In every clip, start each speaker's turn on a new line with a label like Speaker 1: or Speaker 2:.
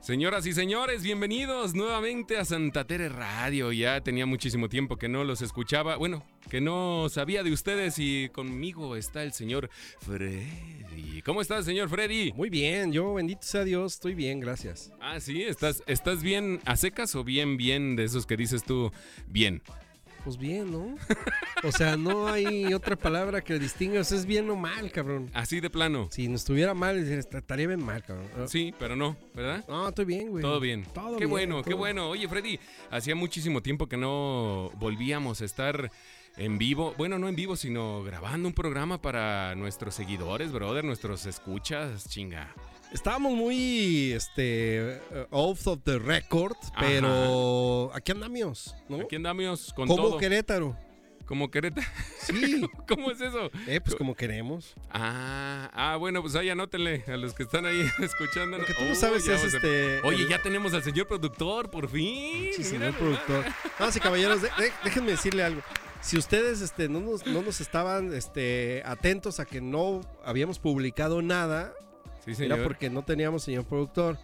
Speaker 1: Señoras y señores, bienvenidos nuevamente a Santa Tere Radio. Ya tenía muchísimo tiempo que no los escuchaba, bueno, que no sabía de ustedes y conmigo está el señor Freddy. ¿Cómo estás, señor Freddy?
Speaker 2: Muy bien, yo bendito sea Dios, estoy bien, gracias.
Speaker 1: Ah, sí, ¿estás, estás bien a secas o bien, bien de esos que dices tú, bien?
Speaker 2: Pues bien, ¿no? O sea, no hay otra palabra que distinga, o sea, es bien o mal, cabrón.
Speaker 1: Así de plano.
Speaker 2: Si no estuviera mal, estaría bien mal, cabrón. Ah,
Speaker 1: Sí, pero no, ¿verdad?
Speaker 2: No, estoy bien, güey.
Speaker 1: Todo bien.
Speaker 2: Todo
Speaker 1: qué
Speaker 2: bien,
Speaker 1: bueno, qué
Speaker 2: todo.
Speaker 1: bueno. Oye, Freddy, hacía muchísimo tiempo que no volvíamos a estar en vivo. Bueno, no en vivo, sino grabando un programa para nuestros seguidores, brother, nuestros escuchas, chinga.
Speaker 2: Estábamos muy, este, eh, off of the record, pero aquí andamos, ¿no?
Speaker 1: Aquí andamos con
Speaker 2: como
Speaker 1: todo.
Speaker 2: Querétaro.
Speaker 1: Como Querétaro.
Speaker 2: Sí.
Speaker 1: ¿Cómo es eso?
Speaker 2: eh, pues como queremos.
Speaker 1: Ah, ah, bueno, pues ahí anótenle a los que están ahí escuchando. Oh,
Speaker 2: Lo que tú no sabes es este.
Speaker 1: Oye,
Speaker 2: el-
Speaker 1: ya tenemos al señor productor, por fin.
Speaker 2: Sí,
Speaker 1: Mira
Speaker 2: señor
Speaker 1: nomás.
Speaker 2: productor. Damas y caballeros, de- de- déjenme decirle algo. Si ustedes este, no, nos, no nos estaban este, atentos a que no habíamos publicado nada,
Speaker 1: Sí, señor.
Speaker 2: era porque no teníamos señor productor.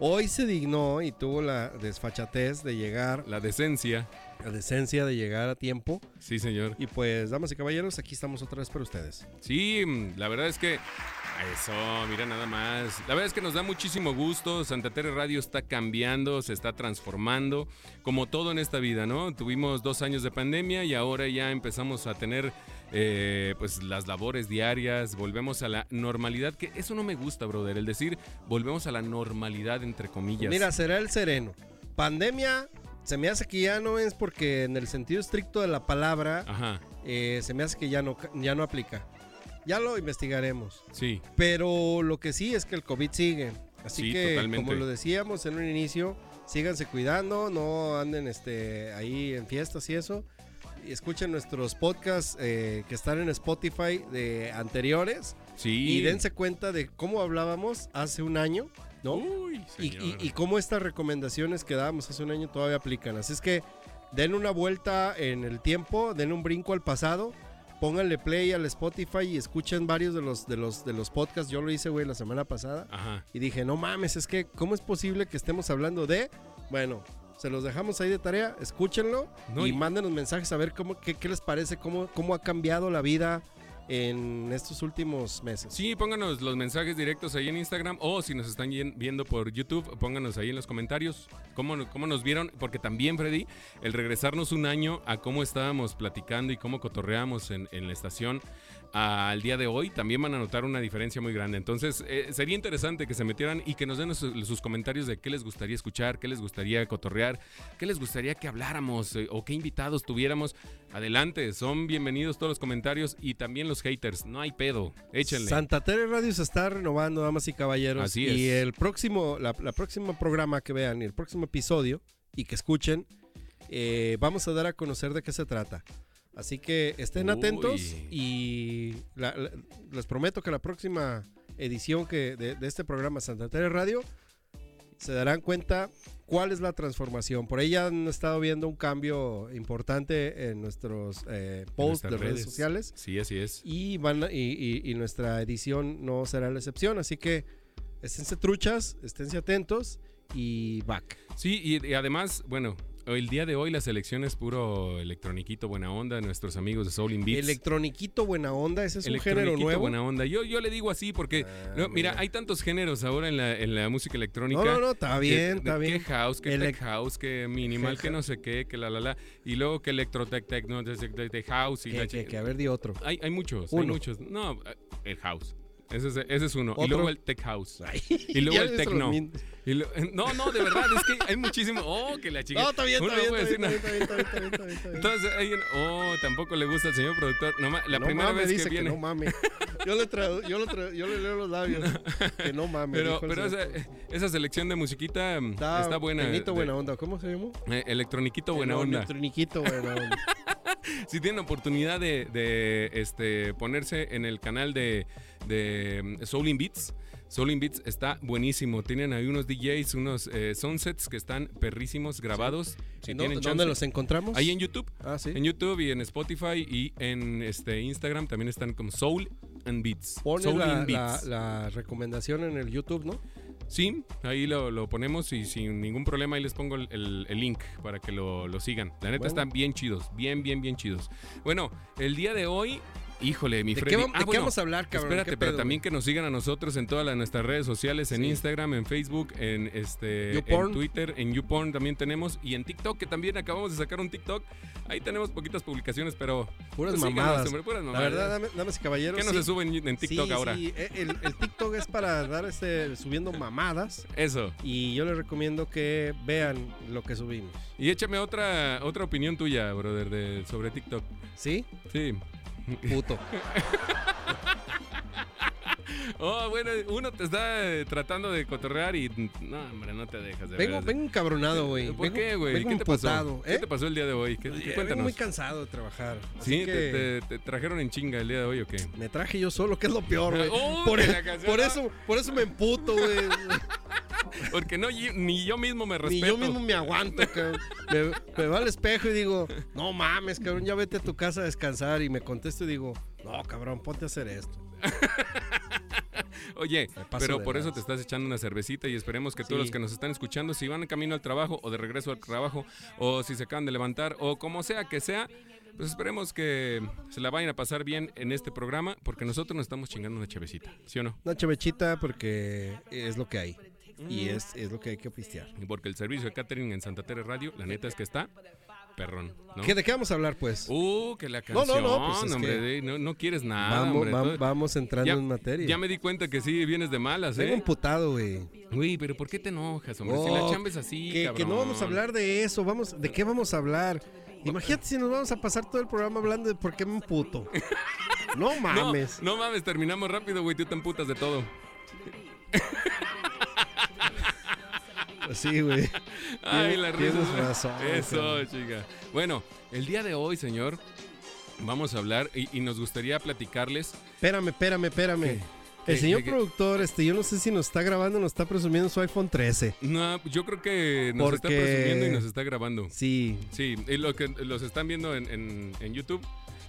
Speaker 2: Hoy se dignó y tuvo la desfachatez de llegar,
Speaker 1: La decencia.
Speaker 2: la decencia de llegar a tiempo.
Speaker 1: Sí, señor.
Speaker 2: Y pues, damas y caballeros, aquí estamos otra vez para ustedes.
Speaker 1: Sí, mm, la verdad es que. Eso, mira nada más. La verdad es que nos da muchísimo gusto. Santa Teresa Radio está cambiando, se está transformando, como todo en esta vida, ¿no? Tuvimos dos años de pandemia y ahora ya empezamos a tener eh, pues las labores diarias, volvemos a la normalidad, que eso no me gusta, brother, el decir volvemos a la normalidad, entre comillas.
Speaker 2: Mira, será el sereno. Pandemia, se me hace que ya no es porque en el sentido estricto de la palabra,
Speaker 1: Ajá,
Speaker 2: eh, se me hace que ya no, ca- ya no aplica. Ya lo investigaremos.
Speaker 1: sí,
Speaker 2: Pero lo que sí es que el COVID sigue. Así
Speaker 1: Sí,
Speaker 2: que,
Speaker 1: totalmente.
Speaker 2: como lo decíamos en un inicio, síganse cuidando, no anden este, ahí en fiestas y eso. Y Escuchen nuestros podcasts eh, que están en Spotify de anteriores
Speaker 1: sí.
Speaker 2: y dense cuenta de cómo hablábamos hace un año, ¿no?
Speaker 1: Uy,
Speaker 2: y, y-
Speaker 1: señor.
Speaker 2: y cómo estas recomendaciones que dábamos hace un año todavía aplican. Así es que den una vuelta en el tiempo, den un brinco al pasado, pónganle play al Spotify y escuchen varios de los, de los, de los podcasts. Yo lo hice, güey, la semana pasada.
Speaker 1: Ajá.
Speaker 2: Y dije, no mames, es que, ¿cómo es posible que estemos hablando de... Bueno, se los dejamos ahí de tarea, escúchenlo
Speaker 1: No,
Speaker 2: y,
Speaker 1: y-
Speaker 2: mándenos mensajes a ver cómo, qué, qué les parece, cómo, cómo ha cambiado la vida en estos últimos meses.
Speaker 1: Sí, pónganos los mensajes directos ahí en Instagram o si nos están yen- viendo por YouTube, pónganos ahí en los comentarios cómo, no- cómo nos vieron, porque también, Freddy, el regresarnos un año a cómo estábamos platicando y cómo cotorreamos en, en la estación al día de hoy, también van a notar una diferencia muy grande. Entonces, eh, sería interesante que se metieran y que nos den su- sus, comentarios de qué les gustaría escuchar, qué les gustaría cotorrear, qué les gustaría que habláramos eh, o qué invitados tuviéramos. Adelante, son bienvenidos todos los comentarios y también los haters, no hay pedo, échenle.
Speaker 2: Santa Tere Radio se está renovando, damas y caballeros.
Speaker 1: Así
Speaker 2: Y
Speaker 1: es.
Speaker 2: el próximo, la, la próxima programa que vean y el próximo episodio y que escuchen, eh, vamos a dar a conocer de qué se trata. Así que estén
Speaker 1: Uy.
Speaker 2: atentos y la- la- les prometo que la próxima edición que de, de este programa Santa Tere Radio se darán cuenta cuál es la transformación. Por ahí ya han estado viendo un cambio importante en nuestros eh, posts de
Speaker 1: nuestras
Speaker 2: redes
Speaker 1: redes.
Speaker 2: sociales.
Speaker 1: Sí, así es.
Speaker 2: Y, van, a- y, y- y nuestra edición no será la excepción. Así que esténse truchas, esténse atentos y back.
Speaker 1: Sí, y, y además, bueno, el día de hoy la selección es puro electroniquito buena onda, nuestros amigos de Soul in Beats.
Speaker 2: Electroniquito buena onda, ese es un
Speaker 1: Electroniquito
Speaker 2: género nuevo.
Speaker 1: buena onda. Yo, yo le digo así porque,
Speaker 2: Ah,
Speaker 1: no, mira,
Speaker 2: mira.
Speaker 1: hay tantos géneros ahora en la, en la música electrónica.
Speaker 2: No, no, no, está
Speaker 1: que-
Speaker 2: bien,
Speaker 1: de
Speaker 2: está bien.
Speaker 1: Que house, que
Speaker 2: Ele-
Speaker 1: tech house, que minimal,
Speaker 2: Que-
Speaker 1: que no sé qué, que la la la. Y luego que electrotech, tech, no, de, de- de house y
Speaker 2: Que,
Speaker 1: la
Speaker 2: que-
Speaker 1: chi-
Speaker 2: que a ver, di otro.
Speaker 1: Hay, hay muchos, hay
Speaker 2: Uno.
Speaker 1: muchos. No, eh, el house. Ese es, ese es uno. Y
Speaker 2: Otro.
Speaker 1: luego el tech house. Y luego
Speaker 2: Ya
Speaker 1: el
Speaker 2: hizo los
Speaker 1: techno.
Speaker 2: mismos.
Speaker 1: Y lo- eh, no, no, de verdad, es que hay muchísimo. Oh, que la chica.
Speaker 2: No, está bien,
Speaker 1: Uno
Speaker 2: está
Speaker 1: no
Speaker 2: bien,
Speaker 1: puede
Speaker 2: está bien,
Speaker 1: decir
Speaker 2: está bien, está bien, está bien, está bien, está bien.
Speaker 1: Entonces, hay un- oh, tampoco le gusta al señor productor. No ma- la
Speaker 2: No
Speaker 1: primera
Speaker 2: mames,
Speaker 1: vez
Speaker 2: dice
Speaker 1: que viene.
Speaker 2: no mames. Yo le, tradu- yo, le tradu- yo le leo los labios. Que no mames.
Speaker 1: pero
Speaker 2: dijo el
Speaker 1: pero
Speaker 2: señor.
Speaker 1: esa, esa selección de musiquita mm, está, buena.
Speaker 2: Tecnito
Speaker 1: de-
Speaker 2: buena onda. ¿Cómo se llamó?
Speaker 1: eh, electroniquito buena
Speaker 2: No,
Speaker 1: onda.
Speaker 2: Electroniquito buena onda.
Speaker 1: Si tienen oportunidad de, de, este, ponerse en el canal de, de mm, Soul in Beats, Soul in Beats está buenísimo. Tienen ahí unos DJs, unos eh, sunsets que están perrísimos grabados. Si
Speaker 2: ¿En dó-
Speaker 1: tienen
Speaker 2: ¿Dónde
Speaker 1: chance.
Speaker 2: los encontramos?
Speaker 1: Ahí en YouTube.
Speaker 2: Ah, sí.
Speaker 1: En YouTube y en Spotify y en este Instagram también están como Soul and Beats.
Speaker 2: Pones
Speaker 1: Soul
Speaker 2: la,
Speaker 1: and Beats.
Speaker 2: la- la recomendación en el YouTube, ¿no?
Speaker 1: Sí, ahí lo, lo ponemos y sin ningún problema ahí les pongo el, el- el link para que lo, lo sigan. La neta
Speaker 2: Bueno.
Speaker 1: están bien chidos, bien, bien, bien chidos. Bueno, el día de hoy, híjole, mi
Speaker 2: ¿De
Speaker 1: Freddy.
Speaker 2: qué, vam-
Speaker 1: Ah,
Speaker 2: de qué
Speaker 1: bueno,
Speaker 2: vamos a hablar, cabrón?
Speaker 1: Espérate,
Speaker 2: ¿Qué
Speaker 1: pero
Speaker 2: pedo,
Speaker 1: también que nos sigan a nosotros en todas las- nuestras redes sociales, en
Speaker 2: Sí.
Speaker 1: Instagram, en Facebook, en este en
Speaker 2: YouPorn.
Speaker 1: Twitter, en YouPorn también tenemos y en TikTok que también acabamos de sacar un TikTok. Ahí tenemos poquitas publicaciones, pero
Speaker 2: güey? Puras
Speaker 1: pues, síganos,
Speaker 2: mamadas.
Speaker 1: hombre, puras
Speaker 2: La
Speaker 1: mamadas.
Speaker 2: verdad, dame- damas y caballeros.
Speaker 1: ¿Qué no
Speaker 2: sí.
Speaker 1: se suben en, en TikTok
Speaker 2: Sí,
Speaker 1: ahora?
Speaker 2: sí, eh, El, el TikTok es para andar este, subiendo mamadas.
Speaker 1: Eso.
Speaker 2: Y yo les recomiendo que vean lo que subimos.
Speaker 1: Y échame otra otra opinión tuya, brother, de- sobre TikTok.
Speaker 2: ¿Sí?
Speaker 1: Sí.
Speaker 2: Puto.
Speaker 1: Oh, bueno, uno te está eh, tratando de cotorrear y no, hombre, no te dejas de
Speaker 2: Vengo,
Speaker 1: veras.
Speaker 2: vengo encabronado, güey.
Speaker 1: ¿Por
Speaker 2: Vengo-
Speaker 1: qué, güey?
Speaker 2: vengo
Speaker 1: ¿Qué te pasó?
Speaker 2: emputado,
Speaker 1: ¿Qué
Speaker 2: ¿eh?
Speaker 1: te pasó el día de hoy? ¿Qué,
Speaker 2: Eh,
Speaker 1: qué-
Speaker 2: vengo
Speaker 1: cuéntanos.
Speaker 2: muy cansado de trabajar. así
Speaker 1: Sí,
Speaker 2: que
Speaker 1: te, te- te trajeron en chinga el día de hoy o qué?
Speaker 2: Me traje yo solo, que es lo peor, güey.
Speaker 1: Uy,
Speaker 2: por, e-,
Speaker 1: la canción,
Speaker 2: por
Speaker 1: ¿no?
Speaker 2: eso, por eso me emputo, güey.
Speaker 1: Porque no, yo- ni yo mismo me
Speaker 2: Ni
Speaker 1: respeto.
Speaker 2: yo mismo me aguanto, cabrón. Me, me va al espejo y digo, no mames, cabrón, ya vete a tu casa a descansar. Y me contesto y digo, no, cabrón, ponte a hacer esto.
Speaker 1: Oye,
Speaker 2: Me paso
Speaker 1: pero
Speaker 2: de
Speaker 1: por eso
Speaker 2: lanza.
Speaker 1: te estás echando una cervecita y esperemos que todos
Speaker 2: Sí.
Speaker 1: los que nos están escuchando, si van en camino al trabajo o de regreso al trabajo, o si se acaban de levantar, o como sea que sea, pues esperemos que se la vayan a pasar bien en este programa, porque nosotros nos estamos chingando una chevecita, ¿sí o no?
Speaker 2: Una chavechita porque es lo que hay.
Speaker 1: Mm.
Speaker 2: Y es, es lo que hay que pistear.
Speaker 1: Y Porque el servicio de catering en Santa Teresa Radio, la neta es que está perrón, ¿no?
Speaker 2: ¿Qué, ¿De qué vamos a hablar, pues?
Speaker 1: Uh, que la
Speaker 2: No, no,
Speaker 1: canción,
Speaker 2: no, pues es
Speaker 1: hombre,
Speaker 2: que-
Speaker 1: de- no, no quieres nada,
Speaker 2: vamos,
Speaker 1: hombre,
Speaker 2: vam-
Speaker 1: todo-
Speaker 2: vamos entrando
Speaker 1: Ya-
Speaker 2: en materia.
Speaker 1: Ya me di cuenta que sí, vienes de malas,
Speaker 2: Vengo
Speaker 1: ¿eh?
Speaker 2: emputado, güey.
Speaker 1: Güey, pero ¿por qué te enojas, hombre? si
Speaker 2: Oh,
Speaker 1: la chamba es así,
Speaker 2: que, que
Speaker 1: cabrón.
Speaker 2: no vamos a hablar de eso, vamos, ¿de qué vamos a hablar? Imagínate si nos vamos a pasar todo el programa hablando de por qué me emputo. No
Speaker 1: No,
Speaker 2: mames.
Speaker 1: no mames, terminamos rápido, güey. Tú te emputas de todo.
Speaker 2: Sí, güey.
Speaker 1: Ay, la risa.
Speaker 2: Tienes razón,
Speaker 1: Eso,
Speaker 2: cabrón.
Speaker 1: chica. Bueno, el día de hoy, señor, vamos a hablar y, y nos gustaría platicarles.
Speaker 2: Espérame, espérame, espérame.
Speaker 1: ¿Qué?
Speaker 2: El señor
Speaker 1: ¿Qué?
Speaker 2: productor, este, yo no sé si nos está grabando, nos está presumiendo su iPhone 13.
Speaker 1: No, yo creo que nos está
Speaker 2: Porque-
Speaker 1: presumiendo y nos está grabando.
Speaker 2: Sí.
Speaker 1: Sí, y lo que los están viendo en, en- en YouTube,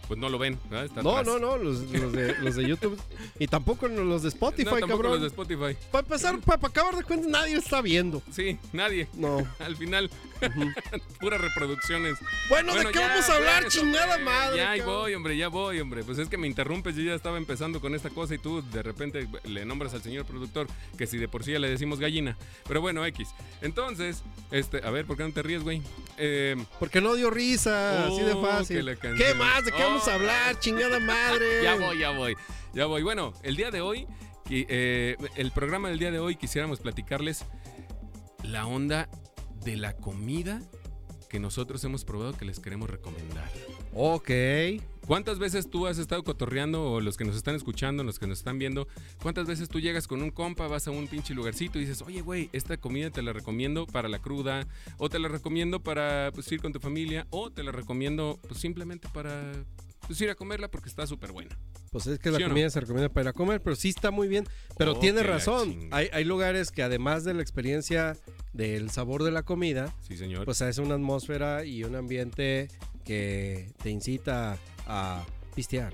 Speaker 1: pues no lo ven, ¿verdad? Está
Speaker 2: No,
Speaker 1: atrás.
Speaker 2: no, no, los, los de, los de YouTube. Y tampoco los de
Speaker 1: No,
Speaker 2: Spotify,
Speaker 1: tampoco
Speaker 2: cabrón.
Speaker 1: los de Spotify.
Speaker 2: Para empezar, para acabar de cuentas, nadie lo está viendo.
Speaker 1: Sí, nadie.
Speaker 2: No.
Speaker 1: Al final, puras reproducciones.
Speaker 2: Bueno, ¿de
Speaker 1: Bueno,
Speaker 2: qué
Speaker 1: ya,
Speaker 2: vamos a hablar,
Speaker 1: ya,
Speaker 2: chingada
Speaker 1: hombre,
Speaker 2: madre?
Speaker 1: Ya ahí
Speaker 2: cabrón?
Speaker 1: voy, hombre, ya voy, hombre. Pues es que me interrumpes, yo ya estaba empezando con esta cosa y tú de repente le nombras al señor productor que si de por sí ya le decimos gallina. Pero bueno, X. Entonces, este, a ver, ¿por qué no te ríes, güey? Eh,
Speaker 2: Porque no dio risa, Ah, así de
Speaker 1: Oh, que la
Speaker 2: fácil.
Speaker 1: canción.
Speaker 2: ¿Qué más? ¿De qué vamos a
Speaker 1: Oh.
Speaker 2: hablar, chingada madre?
Speaker 1: ya voy, ya voy, ya voy. Bueno, el día de hoy, qui- eh, el programa del día de hoy quisiéramos platicarles la onda de la comida que nosotros hemos probado que les queremos recomendar.
Speaker 2: Ok.
Speaker 1: ¿Cuántas veces tú has estado cotorreando o los que nos están escuchando, los que nos están viendo? ¿Cuántas veces tú llegas con un compa, vas a un pinche lugarcito y dices, oye, güey, esta comida te la recomiendo para la cruda, o te la recomiendo para pues, ir con tu familia, o te la recomiendo pues, simplemente para pues, ir a comerla porque está súper buena?
Speaker 2: Pues es que la
Speaker 1: ¿Sí o no?
Speaker 2: comida se recomienda para ir a comer, pero sí está muy bien. Pero
Speaker 1: Oh,
Speaker 2: tiene
Speaker 1: que la
Speaker 2: razón.
Speaker 1: chingada.
Speaker 2: Hay, hay lugares que además de la experiencia del sabor de la comida,
Speaker 1: Sí, señor.
Speaker 2: pues es una atmósfera y un ambiente que te incita a pistear.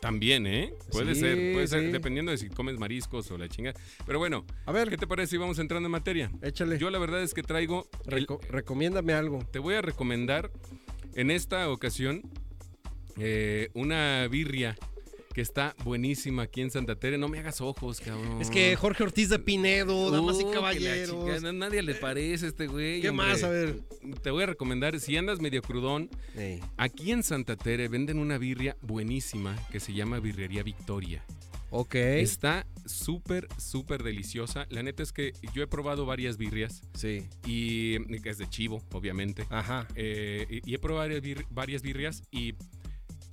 Speaker 1: También, ¿eh? Puede
Speaker 2: Sí,
Speaker 1: ser, puede
Speaker 2: sí.
Speaker 1: ser, dependiendo de si comes mariscos o la chinga. Pero bueno,
Speaker 2: A
Speaker 1: ¿qué
Speaker 2: ver,
Speaker 1: te parece si vamos entrando en materia?
Speaker 2: échale.
Speaker 1: Yo la verdad es que traigo... el-
Speaker 2: Reco- recomiéndame algo.
Speaker 1: Te voy a recomendar en esta ocasión eh, una birria que está buenísima aquí en Santa Tere. No me hagas ojos, cabrón.
Speaker 2: Es que Jorge Ortiz de Pinedo, damas
Speaker 1: Uh,
Speaker 2: y
Speaker 1: Mm. que la
Speaker 2: caballeros.
Speaker 1: chingada, nadie le parece a este güey.
Speaker 2: ¿Qué
Speaker 1: hombre.
Speaker 2: más? A ver.
Speaker 1: Te voy a recomendar, si andas medio crudón,
Speaker 2: Ey.
Speaker 1: aquí en Santa Tere venden una birria buenísima que se llama Birrería Victoria.
Speaker 2: Ok.
Speaker 1: Está súper, súper deliciosa. La neta es que yo he probado varias birrias
Speaker 2: Sí.
Speaker 1: y es de chivo, obviamente.
Speaker 2: Ajá.
Speaker 1: Eh, y, y he probado varias, bir- varias birrias y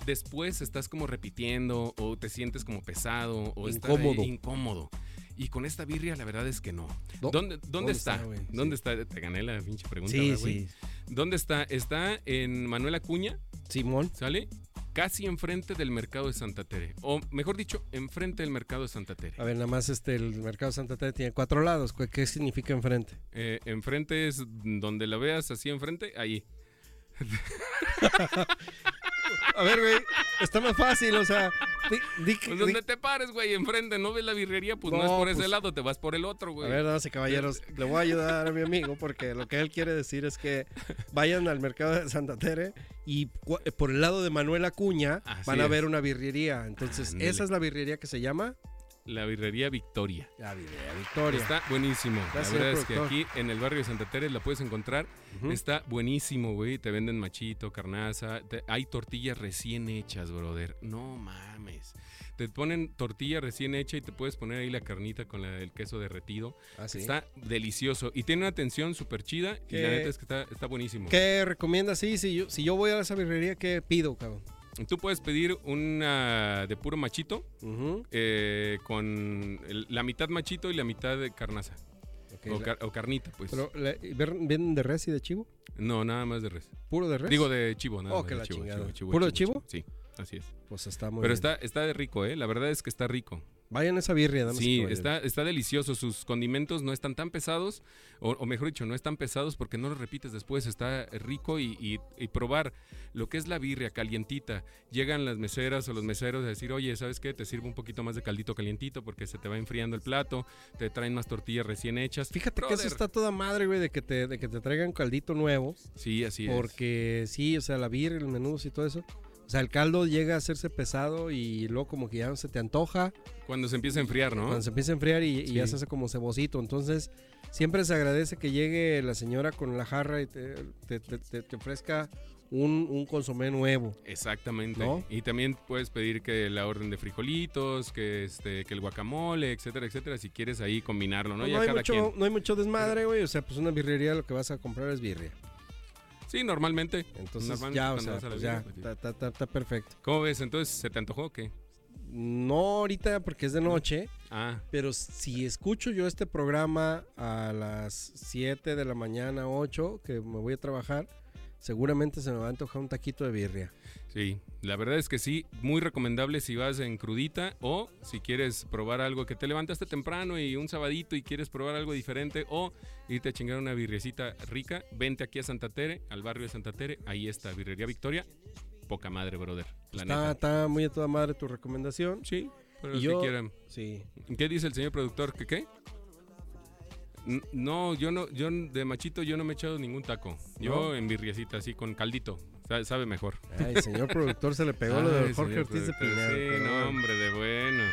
Speaker 1: después estás como repitiendo o te sientes como pesado o estás ahí
Speaker 2: Incómodo.
Speaker 1: incómodo. Y con esta birria la verdad es que no.
Speaker 2: Do-
Speaker 1: ¿Dónde, dónde,
Speaker 2: ¿dónde
Speaker 1: está?
Speaker 2: está, güey?
Speaker 1: ¿Dónde está? Te gané la pinche pregunta.
Speaker 2: Sí,
Speaker 1: ¿verdad, güey?
Speaker 2: sí.
Speaker 1: ¿Dónde está? Está en Manuel Acuña,
Speaker 2: Simón.
Speaker 1: ¿sale? Casi enfrente del mercado de Santa Tere. O mejor dicho, enfrente del mercado de Santa Tere.
Speaker 2: A ver, nada más este, el mercado Santa Tere tiene cuatro lados. ¿Qué- ¿Qué significa enfrente?
Speaker 1: Eh, enfrente es donde la veas así enfrente, ahí.
Speaker 2: a ver, güey, está más fácil, o sea. di- di-
Speaker 1: Pues
Speaker 2: di-
Speaker 1: donde te pares, güey, enfrente, no ves la birrería, pues no,
Speaker 2: No,
Speaker 1: es por ese
Speaker 2: pues-
Speaker 1: lado, te vas por el otro,
Speaker 2: A
Speaker 1: güey.
Speaker 2: ver, damas y caballeros, le voy a ayudar a mi amigo porque lo que él quiere decir es que vayan al mercado de Santa Tere y cu- eh, por el lado de Manuel Acuña
Speaker 1: Así
Speaker 2: van a
Speaker 1: es.
Speaker 2: ver una birrería. Entonces,
Speaker 1: Ándale.
Speaker 2: esa es la birrería que se llama
Speaker 1: La birrería Victoria.
Speaker 2: La Birrería Victoria.
Speaker 1: Está buenísimo.
Speaker 2: Gracias,
Speaker 1: la verdad es que aquí
Speaker 2: productor.
Speaker 1: en el barrio de Santa Teresa la puedes encontrar.
Speaker 2: Ujú.
Speaker 1: Está buenísimo, güey. Te venden machito, carnaza. te- hay tortillas recién hechas, brother. No mames. Te ponen tortilla recién hecha y te puedes poner ahí la carnita con la- el queso derretido.
Speaker 2: Ah, sí.
Speaker 1: Está delicioso. Y tiene una atención súper chida. Y la
Speaker 2: ¿Qué?
Speaker 1: neta es que está, está buenísimo.
Speaker 2: ¿Qué recomiendas? Sí, si yo, si yo voy a esa birrería, ¿qué pido, cabrón?
Speaker 1: Tú puedes pedir una de puro machito
Speaker 2: Ujú.
Speaker 1: eh, con el- la mitad machito y la mitad de carnaza.
Speaker 2: Ok,
Speaker 1: o,
Speaker 2: la-
Speaker 1: car- o carnita, pues.
Speaker 2: pero, la- ver- ¿Venden de res y de chivo?
Speaker 1: No, nada más de res.
Speaker 2: ¿Puro de res?
Speaker 1: Digo de chivo, nada
Speaker 2: Oh,
Speaker 1: más
Speaker 2: que
Speaker 1: de
Speaker 2: la
Speaker 1: chivo,
Speaker 2: chingada.
Speaker 1: chivo, chivo,
Speaker 2: ¿Puro chivo?
Speaker 1: Sí, así es.
Speaker 2: pues está muy
Speaker 1: Pero
Speaker 2: bien.
Speaker 1: está, está de rico, ¿eh? La verdad es que está rico.
Speaker 2: Vayan a esa birria, damas y
Speaker 1: Sí,
Speaker 2: caballeros.
Speaker 1: está, está delicioso. Sus condimentos no están tan pesados, o, o mejor dicho, no están pesados porque no los repites después. Está rico y, y- y probar lo que es la birria calientita. Llegan las meseras o los meseros a decir, oye, ¿sabes qué? Te sirvo un poquito más de caldito calientito porque se te va enfriando el plato. Te traen más tortillas recién hechas.
Speaker 2: Fíjate que eso
Speaker 1: Brother.
Speaker 2: está toda madre, güey, de que te, de que te traigan caldito nuevo.
Speaker 1: Sí, así es.
Speaker 2: Porque sí, o sea, la birria, el menú y todo eso. O sea, el caldo llega a hacerse pesado y luego como que ya no se te antoja.
Speaker 1: Cuando se empieza a enfriar, ¿no?
Speaker 2: Cuando se empieza a enfriar y, y ya
Speaker 1: Ah. Sí.
Speaker 2: se hace como cebosito. Entonces, siempre se agradece que llegue la señora con la jarra y te, te- te- te- te ofrezca un, un consomé nuevo.
Speaker 1: Exactamente.
Speaker 2: ¿No?
Speaker 1: Y también puedes pedir que la orden de frijolitos, que este, que el guacamole, etcétera, etcétera, si quieres ahí combinarlo, ¿no?
Speaker 2: Pues No,
Speaker 1: ya
Speaker 2: hay
Speaker 1: cada
Speaker 2: mucho,
Speaker 1: quien.
Speaker 2: no hay mucho desmadre, güey. O sea, pues una birrería lo que vas a comprar es birria.
Speaker 1: Sí, normalmente.
Speaker 2: Entonces,
Speaker 1: Normalmente
Speaker 2: ya, o
Speaker 1: cuando
Speaker 2: sea,
Speaker 1: vas a la
Speaker 2: pues
Speaker 1: birria,
Speaker 2: ya,
Speaker 1: pues sí.
Speaker 2: está- está- está- está perfecto.
Speaker 1: ¿Cómo ves? Entonces, ¿se te antojó o qué?
Speaker 2: No ahorita porque es de noche.
Speaker 1: Ah,
Speaker 2: Pero si escucho yo este programa a las 7 de la mañana, 8, que me voy a trabajar, seguramente se me va a antojar un taquito de birria.
Speaker 1: sí. La verdad es que sí, muy recomendable si vas en crudita o si quieres probar algo que te levantaste temprano y un sabadito y quieres probar algo diferente o irte a chingar una birriecita rica, vente aquí a Santa Tere, al barrio de Santa Tere, ahí está, Birrería Victoria. Poca madre, brother. La
Speaker 2: Está,
Speaker 1: neta.
Speaker 2: está muy a toda madre tu recomendación.
Speaker 1: Sí, pero
Speaker 2: Y
Speaker 1: si
Speaker 2: yo-
Speaker 1: quieran.
Speaker 2: Sí.
Speaker 1: ¿Qué dice el señor productor? ¿Que qué? N- No, yo no, yo n- de machito yo no me he echado ningún taco. Yo
Speaker 2: ¿No?
Speaker 1: en birriecita, así con caldito. Sa- Sabe mejor.
Speaker 2: Ay, señor productor, se le pegó lo de
Speaker 1: Ay,
Speaker 2: Jorge
Speaker 1: señor
Speaker 2: Ortiz de
Speaker 1: productor,
Speaker 2: Pinedo.
Speaker 1: Sí,
Speaker 2: pero
Speaker 1: no,
Speaker 2: bueno.
Speaker 1: hombre, de bueno.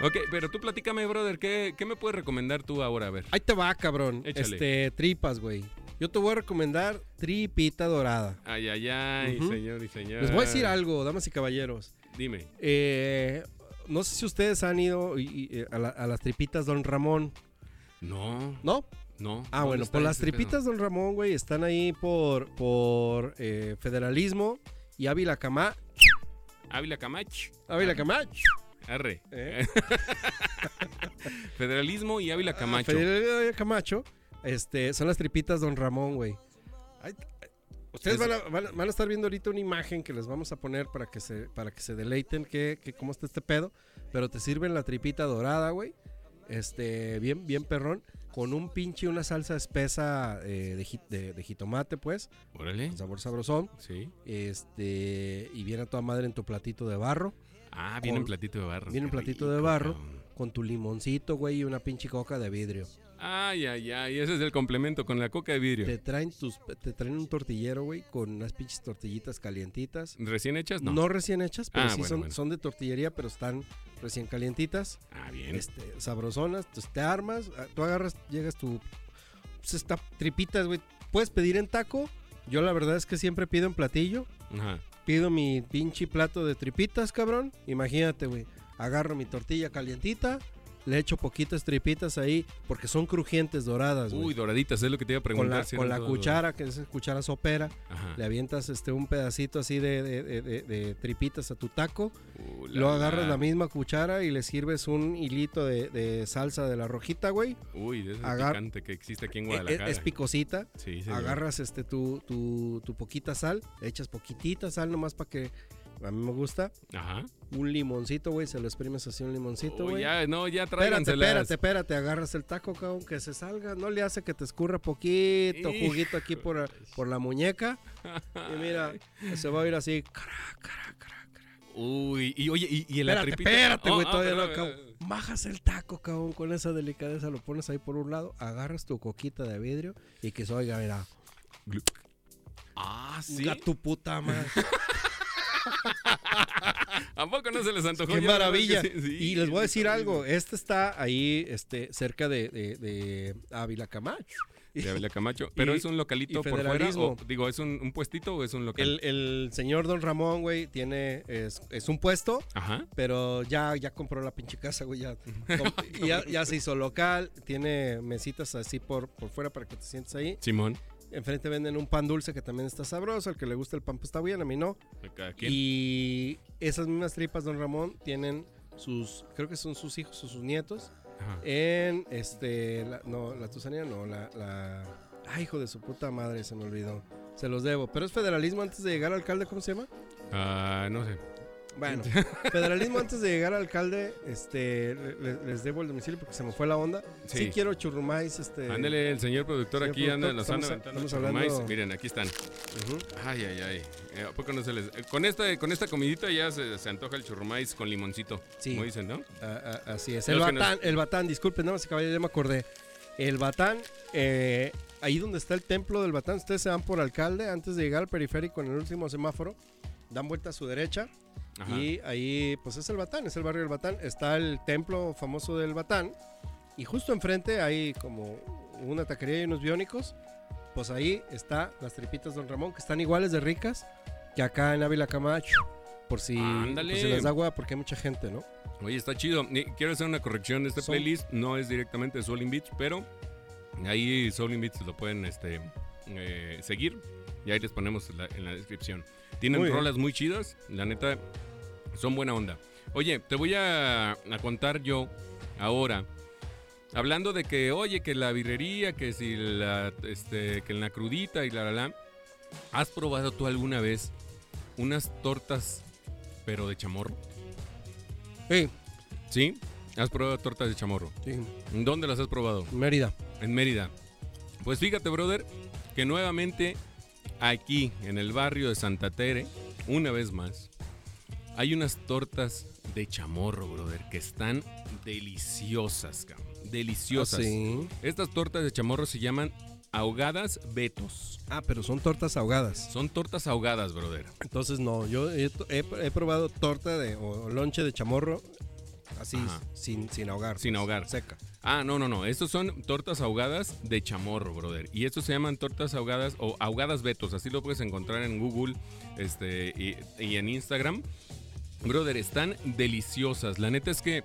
Speaker 1: Ok, pero tú platícame, brother, ¿qué, qué me puedes recomendar tú ahora? A ver.
Speaker 2: Ahí te va, cabrón.
Speaker 1: Échale.
Speaker 2: Este, tripas, güey. Yo te voy a recomendar tripita dorada.
Speaker 1: Ay, ay, ay,
Speaker 2: Ujú.
Speaker 1: señor y señor.
Speaker 2: Les voy a decir algo, damas y caballeros.
Speaker 1: Dime.
Speaker 2: Eh, no sé si ustedes han ido y- y, eh, a, la- a las tripitas Don Ramón,
Speaker 1: No,
Speaker 2: ¿no?
Speaker 1: no.
Speaker 2: Ah,
Speaker 1: ¿dónde
Speaker 2: bueno,
Speaker 1: está
Speaker 2: por las
Speaker 1: ese pedo?
Speaker 2: tripitas, don Ramón, güey, están ahí por, por eh, federalismo y Ávila Camá.
Speaker 1: Ávila Camach.
Speaker 2: Ávila Camá.
Speaker 1: Arre.
Speaker 2: eh,
Speaker 1: Federalismo y Ávila Camacho.
Speaker 2: Ah, Federal- Ávila Camacho. Este, son las tripitas, don Ramón, güey. Ay, ay, Ustedes
Speaker 1: Es-
Speaker 2: van a, van a- van a estar viendo ahorita una imagen que les vamos a poner para que se, para que se deleiten que, que cómo está este pedo. Pero te sirven la tripita dorada, güey. Este, bien, bien perrón. Con un pinche, una salsa espesa eh, de, ji- de- de jitomate, pues.
Speaker 1: Órale.
Speaker 2: Con sabor sabrosón.
Speaker 1: Sí.
Speaker 2: este y viene a toda madre en tu platito de barro,
Speaker 1: Ah, viene en
Speaker 2: Con-
Speaker 1: platito de barro.
Speaker 2: viene en
Speaker 1: qué
Speaker 2: platito de barro.
Speaker 1: cabrón.
Speaker 2: con tu limoncito, güey, y una pinche coca de vidrio.
Speaker 1: Ay, ay, ay, ese es el complemento con la coca de vidrio.
Speaker 2: Te traen tus te traen un tortillero, güey, con unas pinches tortillitas calientitas.
Speaker 1: ¿Recién hechas? No.
Speaker 2: No, recién hechas, pero
Speaker 1: Ah,
Speaker 2: sí
Speaker 1: bueno,
Speaker 2: son,
Speaker 1: bueno.
Speaker 2: son de tortillería, pero están recién calientitas,
Speaker 1: Ah, bien.
Speaker 2: este, sabrosonas. Entonces te armas, ah, tú agarras, llegas tu. Pues está tripitas, güey. Puedes pedir en taco. Yo la verdad es que siempre pido en platillo.
Speaker 1: Ajá.
Speaker 2: Pido mi pinche plato de tripitas, cabrón. Imagínate, güey. Agarro mi tortilla calientita, le echo poquitas tripitas ahí, porque son crujientes doradas, güey.
Speaker 1: Uy, doraditas, es lo que te iba a
Speaker 2: con
Speaker 1: preguntar.
Speaker 2: la,
Speaker 1: si
Speaker 2: con
Speaker 1: eran
Speaker 2: la
Speaker 1: todas
Speaker 2: cuchara, que es cuchara sopera,
Speaker 1: doradas. Ajá.
Speaker 2: le avientas este, un pedacito así de, de- de- de- de tripitas a tu taco,
Speaker 1: Uh, la,
Speaker 2: lo agarras la misma cuchara y le sirves un hilito de, de salsa de la rojita, güey.
Speaker 1: Uy, de ese
Speaker 2: Agar-
Speaker 1: picante que existe aquí en
Speaker 2: Eh, eh,
Speaker 1: Guadalajara.
Speaker 2: Es, picosita.
Speaker 1: Sí, señor.
Speaker 2: Agarras este, tu, tu, tu poquita sal, le echas poquitita sal nomás para que a mí me gusta.
Speaker 1: Ajá.
Speaker 2: Un limoncito, güey, se lo exprimes así un limoncito,
Speaker 1: Oh,
Speaker 2: güey.
Speaker 1: ya, no, ya
Speaker 2: Espérate,
Speaker 1: tráiganselas.
Speaker 2: espérate, espérate, agarras el taco, cabrón, que se salga, no le hace que te escurra poquito
Speaker 1: Híjole.
Speaker 2: juguito aquí por, por la muñeca y mira, se va a ir así,
Speaker 1: Uy, y oye, y, y en la
Speaker 2: Espérate,
Speaker 1: tripita.
Speaker 2: espérate,
Speaker 1: Oh,
Speaker 2: güey,
Speaker 1: ah,
Speaker 2: todavía no
Speaker 1: perdón,
Speaker 2: acabo. Bajas el taco, cabrón, con esa delicadeza, lo pones ahí por un lado, agarras tu coquita de vidrio y que se oiga, mira,
Speaker 1: Ah, sí.
Speaker 2: "Ga tu puta madre.
Speaker 1: ¿A poco no se les antojó?
Speaker 2: Qué
Speaker 1: Yo la verdad es que
Speaker 2: maravilla.
Speaker 1: sí, sí,
Speaker 2: y les voy a decir
Speaker 1: está bien.
Speaker 2: algo, este está ahí, este, cerca de, de, de Ávila Camacho.
Speaker 1: De Ávila Camacho. Pero
Speaker 2: Y-
Speaker 1: es un localito
Speaker 2: y
Speaker 1: por fuera.
Speaker 2: federalismo.
Speaker 1: o- digo, ¿es un, un puestito o es un local?
Speaker 2: El, el señor Don Ramón, güey, tiene, es, es un puesto,
Speaker 1: Ajá.
Speaker 2: pero ya, ya compró la pinche casa, güey, ya, comp- y ya, ya se hizo local, tiene mesitas así por, por fuera para que te sientes ahí.
Speaker 1: Simón.
Speaker 2: Enfrente venden un pan dulce que también está sabroso, al que le gusta el pan pues está bien, a mí no.
Speaker 1: Acá, ¿quién?
Speaker 2: Y esas mismas tripas, Don Ramón, tienen sus, creo que son sus hijos o sus nietos,
Speaker 1: Ajá.
Speaker 2: en, este, la- no, la Tusanía no, la, la, ay, hijo de su puta madre, se me olvidó. Se los debo, pero es federalismo antes de llegar al alcalde, ¿cómo se llama?
Speaker 1: Ah, no sé.
Speaker 2: Bueno, federalismo antes de llegar al alcalde, este, le- le- les debo el domicilio porque se me fue la onda. Sí,
Speaker 1: Sí.
Speaker 2: quiero churrumais, este.
Speaker 1: Ándale, el señor productor
Speaker 2: señor
Speaker 1: aquí
Speaker 2: productor,
Speaker 1: anda, los
Speaker 2: estamos-
Speaker 1: anda aventando
Speaker 2: estamos hablando-
Speaker 1: churrumais. Miren, aquí están.
Speaker 2: ujú.
Speaker 1: Ay, ay, ay. Eh, ¿A poco no se les.? eh, Con esta, con esta comidita ya se, se antoja el churrumais con limoncito.
Speaker 2: Sí.
Speaker 1: Como dicen, ¿no?
Speaker 2: A- a- así es.
Speaker 1: Los
Speaker 2: El
Speaker 1: que nos-
Speaker 2: batán, el batán, disculpen, nada más caballero, ya me acordé. El batán, eh, ahí donde está el templo del batán, ustedes se van por alcalde antes de llegar al periférico en el último semáforo, dan vuelta a su derecha
Speaker 1: Ajá.
Speaker 2: y ahí, pues es el batán, es el barrio del batán, está el templo famoso del batán y justo enfrente hay como una taquería y unos biónicos, pues ahí está las tripitas Don Ramón, que están iguales de ricas que acá en Ávila Camacho. Por si, por
Speaker 1: Ándale.
Speaker 2: si les da agua, porque hay mucha gente, ¿no?
Speaker 1: Oye, está chido. Ni- Quiero hacer una corrección de este
Speaker 2: Son-
Speaker 1: playlist. No es directamente de Soul in Beach, pero ahí Soul in Beach lo pueden este, eh, seguir. Y ahí les ponemos la- en la descripción. Tienen
Speaker 2: Muy bien.
Speaker 1: rolas muy chidas. La neta, son buena onda. Oye, te voy a, a contar yo ahora. Hablando de que, oye, que la birrería, que si la, este, que la crudita y la la la. ¿Has probado tú alguna vez unas tortas, pero de chamorro?
Speaker 2: Sí,
Speaker 1: ¿Sí? ¿Has probado tortas de chamorro?
Speaker 2: sí.
Speaker 1: ¿Dónde las has probado?
Speaker 2: Mérida.
Speaker 1: En Mérida. Pues fíjate, brother, que nuevamente aquí, en el barrio de Santa Tere, una vez más, hay unas tortas de chamorro, brother, que están deliciosas, cabrón. Deliciosas.
Speaker 2: Ah, Sí.
Speaker 1: Estas tortas de chamorro se llaman ahogadas betos.
Speaker 2: Ah, pero son tortas ahogadas.
Speaker 1: Son tortas ahogadas, brother.
Speaker 2: Entonces, no, yo he, to- he- he probado torta de, o, o lonche de chamorro así,
Speaker 1: Ajá.
Speaker 2: sin, sin ahogar. pues,
Speaker 1: Sin ahogar.
Speaker 2: Seca.
Speaker 1: Ah, no, no, no. Estos son tortas ahogadas de chamorro, brother. Y estos se llaman tortas ahogadas o ahogadas betos. Así lo puedes encontrar en Google este, y, y en Instagram. Brother, están deliciosas. La neta es que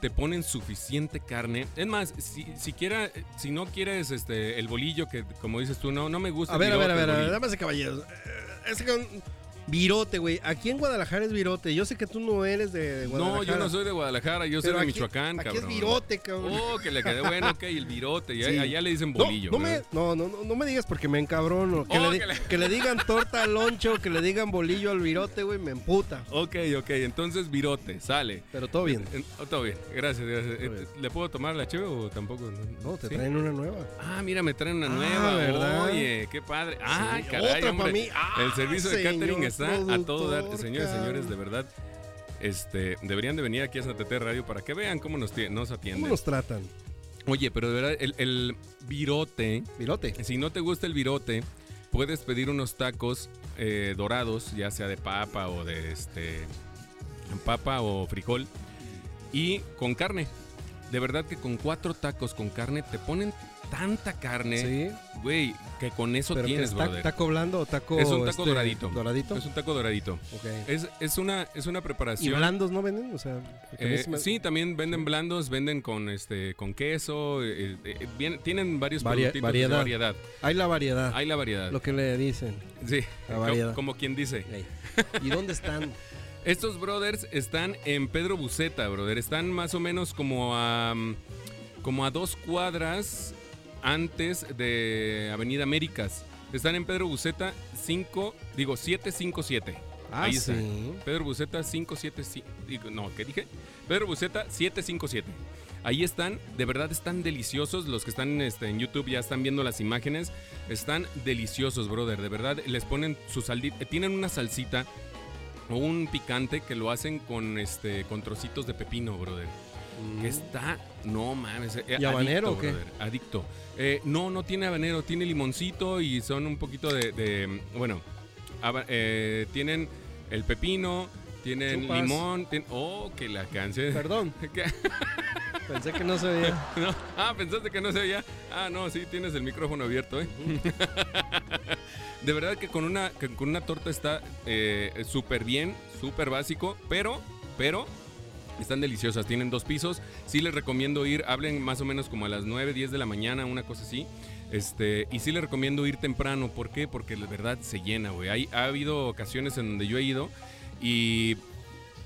Speaker 1: te ponen suficiente carne. Es más, si, siquiera, si no quieres este, el bolillo, que como dices tú, no, no me gusta.
Speaker 2: A
Speaker 1: el
Speaker 2: ver, a ver,
Speaker 1: virote,
Speaker 2: a
Speaker 1: el
Speaker 2: ver, a ver,
Speaker 1: bolillo.
Speaker 2: damas y caballeros. Eh, Es que un- virote, güey. Aquí en Guadalajara es virote. Yo sé que tú no eres de Guadalajara.
Speaker 1: No, yo no soy de Guadalajara, yo soy
Speaker 2: pero
Speaker 1: de
Speaker 2: aquí-
Speaker 1: Michoacán,
Speaker 2: aquí
Speaker 1: cabrón.
Speaker 2: es virote, cabrón.
Speaker 1: Oh, que le quedé bueno, ok, el virote. Y
Speaker 2: Sí.
Speaker 1: allá le dicen
Speaker 2: No,
Speaker 1: bolillo.
Speaker 2: no, me,
Speaker 1: ¿verdad?
Speaker 2: no, no, no, no me digas porque me encabrono. Que,
Speaker 1: Oh,
Speaker 2: le, di-
Speaker 1: que le-
Speaker 2: que le digan torta al loncho, que le digan bolillo al virote, güey, me emputa.
Speaker 1: Ok, ok, entonces virote, sale.
Speaker 2: Pero todo bien.
Speaker 1: Oh. Eh, oh, todo bien, gracias, gracias.
Speaker 2: Todo
Speaker 1: Eh,
Speaker 2: bien.
Speaker 1: ¿Le puedo tomar la cheve o tampoco?
Speaker 2: No, te
Speaker 1: eh, ¿Sí?
Speaker 2: traen una nueva.
Speaker 1: Ah, mira, me traen una
Speaker 2: Ah,
Speaker 1: nueva,
Speaker 2: ¿verdad?
Speaker 1: Oye, qué padre. Ah,
Speaker 2: Sí,
Speaker 1: caray,
Speaker 2: otra pa'
Speaker 1: hombre.
Speaker 2: mí. Ah,
Speaker 1: El servicio de catering
Speaker 2: señor
Speaker 1: está a todo dar.
Speaker 2: productor,
Speaker 1: Señores, señores,
Speaker 2: cabrón.
Speaker 1: de verdad, este, deberían de venir aquí a Santa Tere Radio para que vean cómo nos, tie- nos
Speaker 2: ¿Cómo
Speaker 1: atienden.
Speaker 2: nos tratan?
Speaker 1: Oye, pero de verdad, el, el virote,
Speaker 2: Virote.
Speaker 1: si no te gusta el virote, puedes pedir unos tacos eh, dorados, ya sea de papa o de este papa o frijol y con carne. De verdad que con cuatro tacos con carne te ponen tanta carne,
Speaker 2: Sí,
Speaker 1: güey, que con eso
Speaker 2: pero que
Speaker 1: ¿Eh? tienes,
Speaker 2: es ta-
Speaker 1: brother.
Speaker 2: taco blando o taco. este,
Speaker 1: Es un taco doradito.
Speaker 2: Doradito.
Speaker 1: Es un taco doradito.
Speaker 2: Ok.
Speaker 1: Es, es una es una
Speaker 2: Y
Speaker 1: preparación.
Speaker 2: blandos no venden, o sea. porque a mí
Speaker 1: Eh,
Speaker 2: se me-
Speaker 1: sí, también venden blandos, venden con este con queso, eh, eh, bien- tienen varios
Speaker 2: Varia-
Speaker 1: productitos
Speaker 2: variedad.
Speaker 1: de variedad.
Speaker 2: Hay la variedad.
Speaker 1: Hay la variedad.
Speaker 2: Lo que le dicen.
Speaker 1: Sí,
Speaker 2: La
Speaker 1: co-
Speaker 2: variedad.
Speaker 1: Como, quien dice.
Speaker 2: Ey. ¿Y dónde están?
Speaker 1: Estos brothers están en Pedro Buceta, brother. Están más o menos como a, mm, como a dos cuadras antes de Avenida Américas. Están en Pedro Buceta 5, digo 757.
Speaker 2: Ah,
Speaker 1: Ahí está.
Speaker 2: sí.
Speaker 1: Pedro Buceta 577. digo, No, ¿qué dije? Pedro Buceta 757. Ahí están, de verdad están deliciosos. Los que están este, en YouTube ya están viendo las imágenes. Están deliciosos, brother. De verdad, les ponen su saldita. Tienen una salsita o un picante que lo hacen con, este, con trocitos de pepino, brother. Que
Speaker 2: Mm.
Speaker 1: está, no mames. eh,
Speaker 2: ¿Y habanero
Speaker 1: adicto,
Speaker 2: o qué?
Speaker 1: brother, adicto. Eh, no, no tiene habanero, tiene limoncito y son un poquito de. de, bueno, haba- eh, tienen el pepino, tienen
Speaker 2: Chupas.
Speaker 1: limón. tien- oh, que la canción.
Speaker 2: Perdón,
Speaker 1: ¿Qué?
Speaker 2: pensé que no se veía.
Speaker 1: No, Ah, pensaste que no se oía. Ah, no, sí, tienes el micrófono abierto, ¿eh? De verdad que con una, que con una torta está eh, súper bien, súper básico, pero, pero. Están deliciosas, tienen dos pisos. Sí les recomiendo ir, hablen más o menos como a las 9, 10 de la mañana, una cosa así. Este, y sí les recomiendo ir temprano. ¿Por qué? Porque la verdad se llena, güey. Hay- Ha habido ocasiones en donde yo he ido y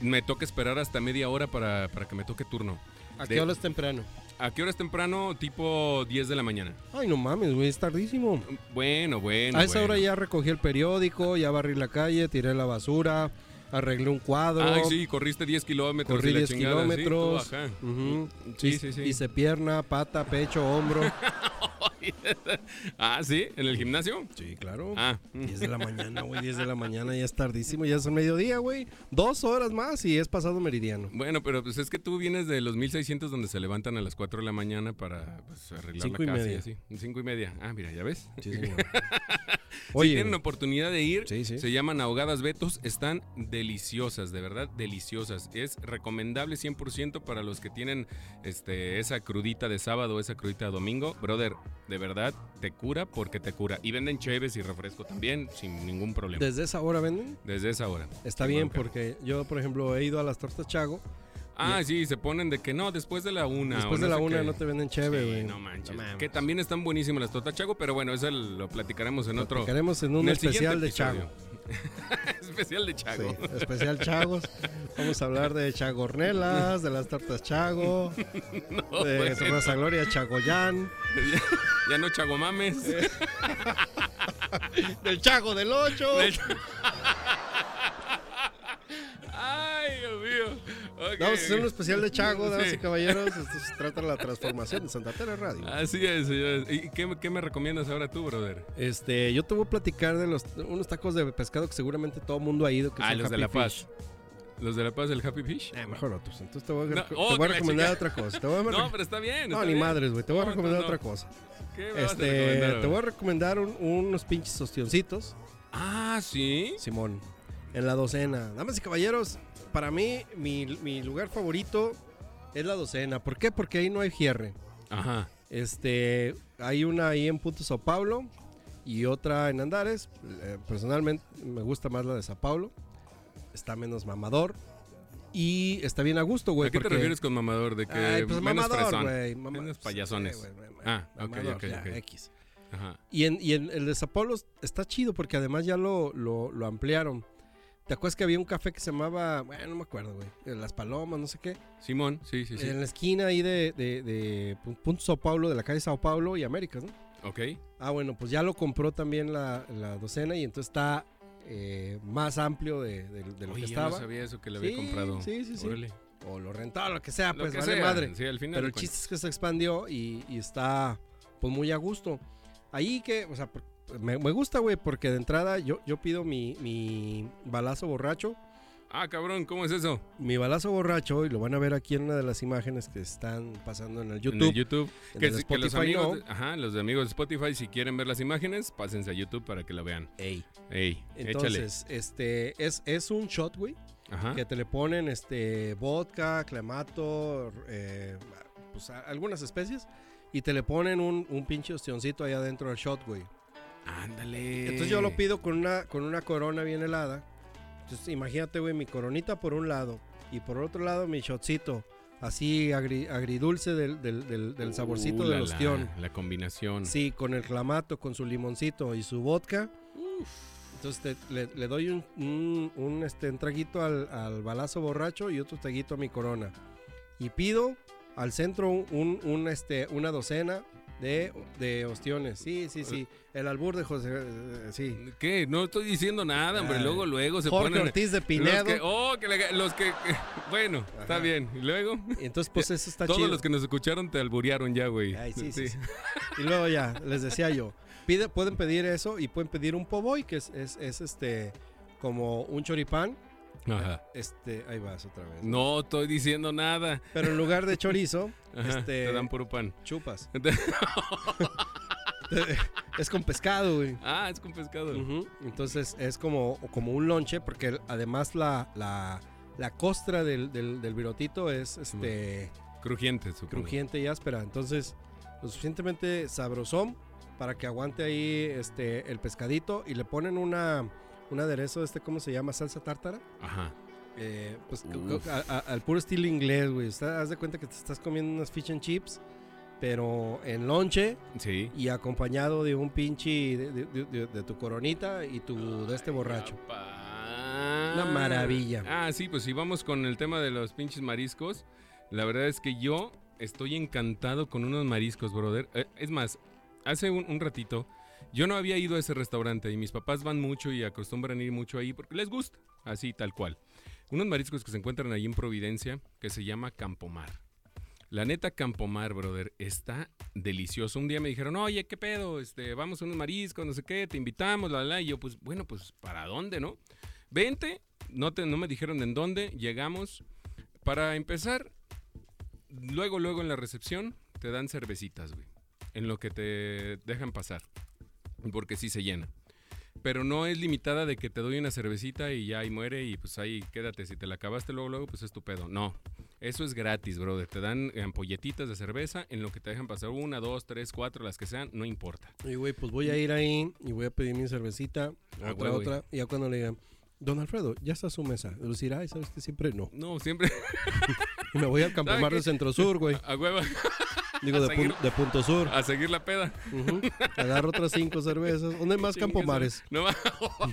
Speaker 1: me toca esperar hasta media hora para, para que me toque turno.
Speaker 2: ¿A
Speaker 1: De-
Speaker 2: qué hora es temprano?
Speaker 1: ¿A qué hora es temprano? Tipo 10 de la mañana.
Speaker 2: Ay, no mames, güey, es tardísimo.
Speaker 1: Bueno, bueno.
Speaker 2: A esa
Speaker 1: bueno.
Speaker 2: hora ya recogí el periódico, ya barrí la calle, tiré la basura, arreglé un cuadro.
Speaker 1: Ay, sí, corriste 10 kilómetros.
Speaker 2: Corrí
Speaker 1: y la
Speaker 2: 10
Speaker 1: chingada, sí,
Speaker 2: kilómetros.
Speaker 1: tú, ajá.
Speaker 2: ujú,
Speaker 1: Sí,
Speaker 2: hice-
Speaker 1: sí, sí.
Speaker 2: Hice pierna, pata, pecho, hombro.
Speaker 1: Ah, sí, en el gimnasio.
Speaker 2: sí, claro.
Speaker 1: Ah,
Speaker 2: 10 de la mañana, güey, 10 de la mañana, ya es tardísimo, ya es mediodía, güey. Dos horas más y es pasado meridiano.
Speaker 1: bueno, pero pues es que tú vienes de los 1600 donde se levantan a las 4 de la mañana para pues, arreglar
Speaker 2: Cinco y
Speaker 1: la casa
Speaker 2: media.
Speaker 1: así. 5 y media. Ah, mira, ya ves.
Speaker 2: Sí, señor.
Speaker 1: si
Speaker 2: Oye,
Speaker 1: tienen oportunidad de ir,
Speaker 2: Sí, sí.
Speaker 1: se llaman ahogadas Betos, están deliciosas, de verdad, deliciosas. Es recomendable 100% para los que tienen este, esa crudita de sábado, esa crudita de domingo. Brother, de verdad, te cura porque te cura. Y venden cheves y refresco también, sin ningún problema.
Speaker 2: ¿desde esa hora venden?
Speaker 1: Desde esa hora.
Speaker 2: Está bien,
Speaker 1: Bronca.
Speaker 2: porque yo, por ejemplo, he ido a las tortas Chago.
Speaker 1: Ah, sí, se ponen de que no, después de la una. o
Speaker 2: Después
Speaker 1: no
Speaker 2: de la
Speaker 1: sé
Speaker 2: una
Speaker 1: qué.
Speaker 2: no te venden chévere,
Speaker 1: Sí,
Speaker 2: güey.
Speaker 1: no manches.
Speaker 2: mames.
Speaker 1: que también están buenísimas las tortas Chago, pero bueno, eso lo platicaremos en otro.
Speaker 2: Platicaremos en un
Speaker 1: en el
Speaker 2: especial de
Speaker 1: siguiente
Speaker 2: Chago.
Speaker 1: episodio. especial de Chago.
Speaker 2: Sí, especial Chagos. Vamos a hablar de Chagornelas, de las tartas Chago, de
Speaker 1: bueno.
Speaker 2: Rosa Gloria Chagoyán,
Speaker 1: Ya, ya no chagomames.
Speaker 2: del Chago del 8.
Speaker 1: Ay, Dios mío. Ok,
Speaker 2: Vamos a hacer
Speaker 1: ok.
Speaker 2: un especial de Chago, damas
Speaker 1: Sí. Ah.
Speaker 2: y caballeros. Esto se trata de la transformación de Santa Teresa Radio.
Speaker 1: Así es, señores. ¿Y qué, qué me recomiendas ahora tú, brother?
Speaker 2: Este, yo te voy a platicar de los, unos tacos de pescado que seguramente todo mundo ha ido. Que
Speaker 1: Ah,
Speaker 2: son
Speaker 1: los de
Speaker 2: Happy
Speaker 1: La Paz.
Speaker 2: Fish.
Speaker 1: ¿Los de La Paz, el Happy Fish?
Speaker 2: Eh, mejor otros. Entonces te voy a,
Speaker 1: No,
Speaker 2: te
Speaker 1: oh,
Speaker 2: voy a
Speaker 1: que la
Speaker 2: recomendar
Speaker 1: chica.
Speaker 2: otra cosa. Te voy a
Speaker 1: No,
Speaker 2: recomendar-
Speaker 1: pero está bien.
Speaker 2: no,
Speaker 1: está
Speaker 2: ni
Speaker 1: bien.
Speaker 2: madres, güey. Te voy a
Speaker 1: No,
Speaker 2: recomendar
Speaker 1: no, no.
Speaker 2: otra cosa.
Speaker 1: ¿Qué me vas a
Speaker 2: Este,
Speaker 1: recomendar,
Speaker 2: te voy a
Speaker 1: brother?
Speaker 2: recomendar un- unos pinches ostioncitos.
Speaker 1: Ah, sí.
Speaker 2: Simón, en la docena. Damas y caballeros, para mí, mi, mi lugar favorito es la docena. ¿Por qué? Porque ahí no hay cierre.
Speaker 1: Ajá.
Speaker 2: Este, hay una ahí en Punto Sao Paulo y otra en Andares. Eh, Personalmente me gusta más la de Sao Paulo. Está menos mamador y está bien a gusto, güey.
Speaker 1: ¿A qué te
Speaker 2: porque-
Speaker 1: refieres con mamador? De que
Speaker 2: Ay, pues
Speaker 1: menos
Speaker 2: mamador,
Speaker 1: fresón.
Speaker 2: güey. mama-
Speaker 1: Menos payasones.
Speaker 2: Sí, güey,
Speaker 1: Ah, ok,
Speaker 2: mamador,
Speaker 1: ok,
Speaker 2: ya,
Speaker 1: ok.
Speaker 2: X.
Speaker 1: Ajá.
Speaker 2: Y en, y en el de Sao Paulo está chido porque además ya lo, lo, lo ampliaron. ¿Te acuerdas que había un café que se llamaba, bueno, no me acuerdo, güey, eh, Las Palomas, no sé qué?
Speaker 1: Simón, sí, sí, sí.
Speaker 2: En la esquina ahí de, de, de Pu- Punto Sao Paulo, de la calle Sao Paulo y Américas, ¿no?
Speaker 1: Ok.
Speaker 2: Ah, bueno, pues ya lo compró también la, la docena y entonces está eh, más amplio de, de- de lo
Speaker 1: Oye,
Speaker 2: que
Speaker 1: yo no
Speaker 2: estaba.
Speaker 1: sabía eso que le había
Speaker 2: Sí,
Speaker 1: comprado.
Speaker 2: sí, sí, sí.
Speaker 1: Órale.
Speaker 2: O lo rentaba, lo que sea,
Speaker 1: Lo
Speaker 2: pues
Speaker 1: que
Speaker 2: vale
Speaker 1: sea,
Speaker 2: madre.
Speaker 1: Sí, al final.
Speaker 2: Pero
Speaker 1: de
Speaker 2: el
Speaker 1: cuentas.
Speaker 2: chiste es que se expandió y, y está pues muy a gusto. Ahí que, o sea, por- me, me gusta, güey, porque de entrada yo, yo pido mi, mi balazo borracho.
Speaker 1: Ah, cabrón, ¿cómo es eso?
Speaker 2: Mi balazo borracho, y lo van a ver aquí en una de las imágenes que están pasando en el
Speaker 1: En
Speaker 2: YouTube.
Speaker 1: el YouTube.
Speaker 2: en
Speaker 1: Que,
Speaker 2: el
Speaker 1: si- que los
Speaker 2: Spotify
Speaker 1: amigos,
Speaker 2: no.
Speaker 1: de- ajá, los amigos de Spotify, si quieren ver las imágenes, pásense a YouTube para que la vean.
Speaker 2: Ey.
Speaker 1: Ey, échale.
Speaker 2: Entonces, este, es, es un shot, güey,
Speaker 1: Ajá.
Speaker 2: que te le ponen este, vodka, clamato, eh, pues a- algunas especies, y te le ponen un, un pinche ostioncito ahí adentro del shot, güey.
Speaker 1: Ándale.
Speaker 2: Entonces yo lo pido con una, con una corona bien helada. Entonces imagínate, güey, mi coronita por un lado y por otro lado mi shotcito. Así agri- agridulce del, del- del- del saborcito
Speaker 1: Uh,
Speaker 2: del
Speaker 1: la,
Speaker 2: ostión.
Speaker 1: La, la combinación.
Speaker 2: Sí, con el clamato, con su limoncito y su vodka. Entonces te- le, le doy un, un- un, este, un traguito al, al balazo borracho y otro traguito a mi corona. Y pido al centro un, un- un, este, una docena de, de ostiones. Sí, sí, sí. El albur de José. eh, Sí.
Speaker 1: ¿Qué? No estoy diciendo nada, hombre.
Speaker 2: Ah.
Speaker 1: Luego, luego se
Speaker 2: Jorge
Speaker 1: ponen.
Speaker 2: Ortiz de
Speaker 1: Los
Speaker 2: Pinedo.
Speaker 1: que, oh, que le- los que. Bueno, está
Speaker 2: Ajá.
Speaker 1: bien. Y luego.
Speaker 2: Y entonces, pues eso está
Speaker 1: Todos
Speaker 2: chido.
Speaker 1: los que nos escucharon te alburearon ya, güey.
Speaker 2: Ay, sí, sí, sí. Y luego ya, les decía yo, pide, pueden pedir eso y pueden pedir un poboy, que es, es, es, este como un choripán.
Speaker 1: Ajá.
Speaker 2: Este, ahí vas otra vez.
Speaker 1: No estoy diciendo nada.
Speaker 2: Pero en lugar de chorizo,
Speaker 1: Ajá,
Speaker 2: Este-
Speaker 1: Te dan puro pan.
Speaker 2: chupas. es con pescado, güey.
Speaker 1: Ah, es con pescado.
Speaker 2: Ujú. Entonces es como, como un lonche, porque el- además la, la, la costra del, del, del virotito es este
Speaker 1: Crujiente, supongo.
Speaker 2: crujiente y áspera. Entonces, lo suficientemente sabrosón para que aguante ahí este el pescadito y le ponen una un aderezo este cómo se llama salsa tártara
Speaker 1: Ajá.
Speaker 2: Eh, pues c-
Speaker 1: Uf.
Speaker 2: c- a- a- al puro estilo inglés güey Está- haz de cuenta que te estás comiendo unas fish and chips pero en lonche
Speaker 1: Sí.
Speaker 2: y acompañado de un pinche de, de- de- de- de tu coronita y tu de este borracho
Speaker 1: Una
Speaker 2: maravilla.
Speaker 1: Ah, sí, pues si vamos con el tema de los pinches mariscos, la verdad es que yo estoy encantado con unos mariscos, brother. Eh, es más, hace un, un ratito yo no había ido a ese restaurante y mis papás van mucho y acostumbran ir mucho ahí porque les gusta, así tal cual. Unos mariscos que se encuentran ahí en Providencia que se llama Campomar. La neta Campomar, brother, está delicioso. Un día me dijeron, oye, ¿qué pedo? Este, vamos a unos mariscos, no sé qué, te invitamos, la, la, la. Y yo, pues, bueno, pues, ¿para dónde, no? Vente, no, te, no me dijeron en dónde, llegamos. Para empezar, luego, luego en la recepción te dan cervecitas, güey. En lo que te dejan pasar. Porque sí se llena. Pero no es limitada de que te doy una cervecita y ya ahí muere y pues ahí quédate. Si te la acabaste luego, luego, pues es tu pedo. No. Eso es gratis, brother. Te dan ampolletitas de cerveza en lo que te dejan pasar una, dos, tres, cuatro, las que sean, no importa.
Speaker 2: y güey pues voy a ir ahí y voy a pedir mi cervecita
Speaker 1: Ah,
Speaker 2: otra
Speaker 1: güey,
Speaker 2: otra y ya cuando le digan Don Alfredo, ya está a su mesa. Lucir, ay, sabes que siempre no.
Speaker 1: No, siempre
Speaker 2: Y me voy al Campomar
Speaker 1: qué?
Speaker 2: de Centro Sur, güey.
Speaker 1: a hueva,
Speaker 2: Digo, de,
Speaker 1: seguir-
Speaker 2: pun- de Punto Sur.
Speaker 1: a seguir la peda.
Speaker 2: Ujú. Agarro otras cinco cervezas. ¿Dónde más
Speaker 1: Chingue
Speaker 2: Campomares?
Speaker 1: su- No, ma-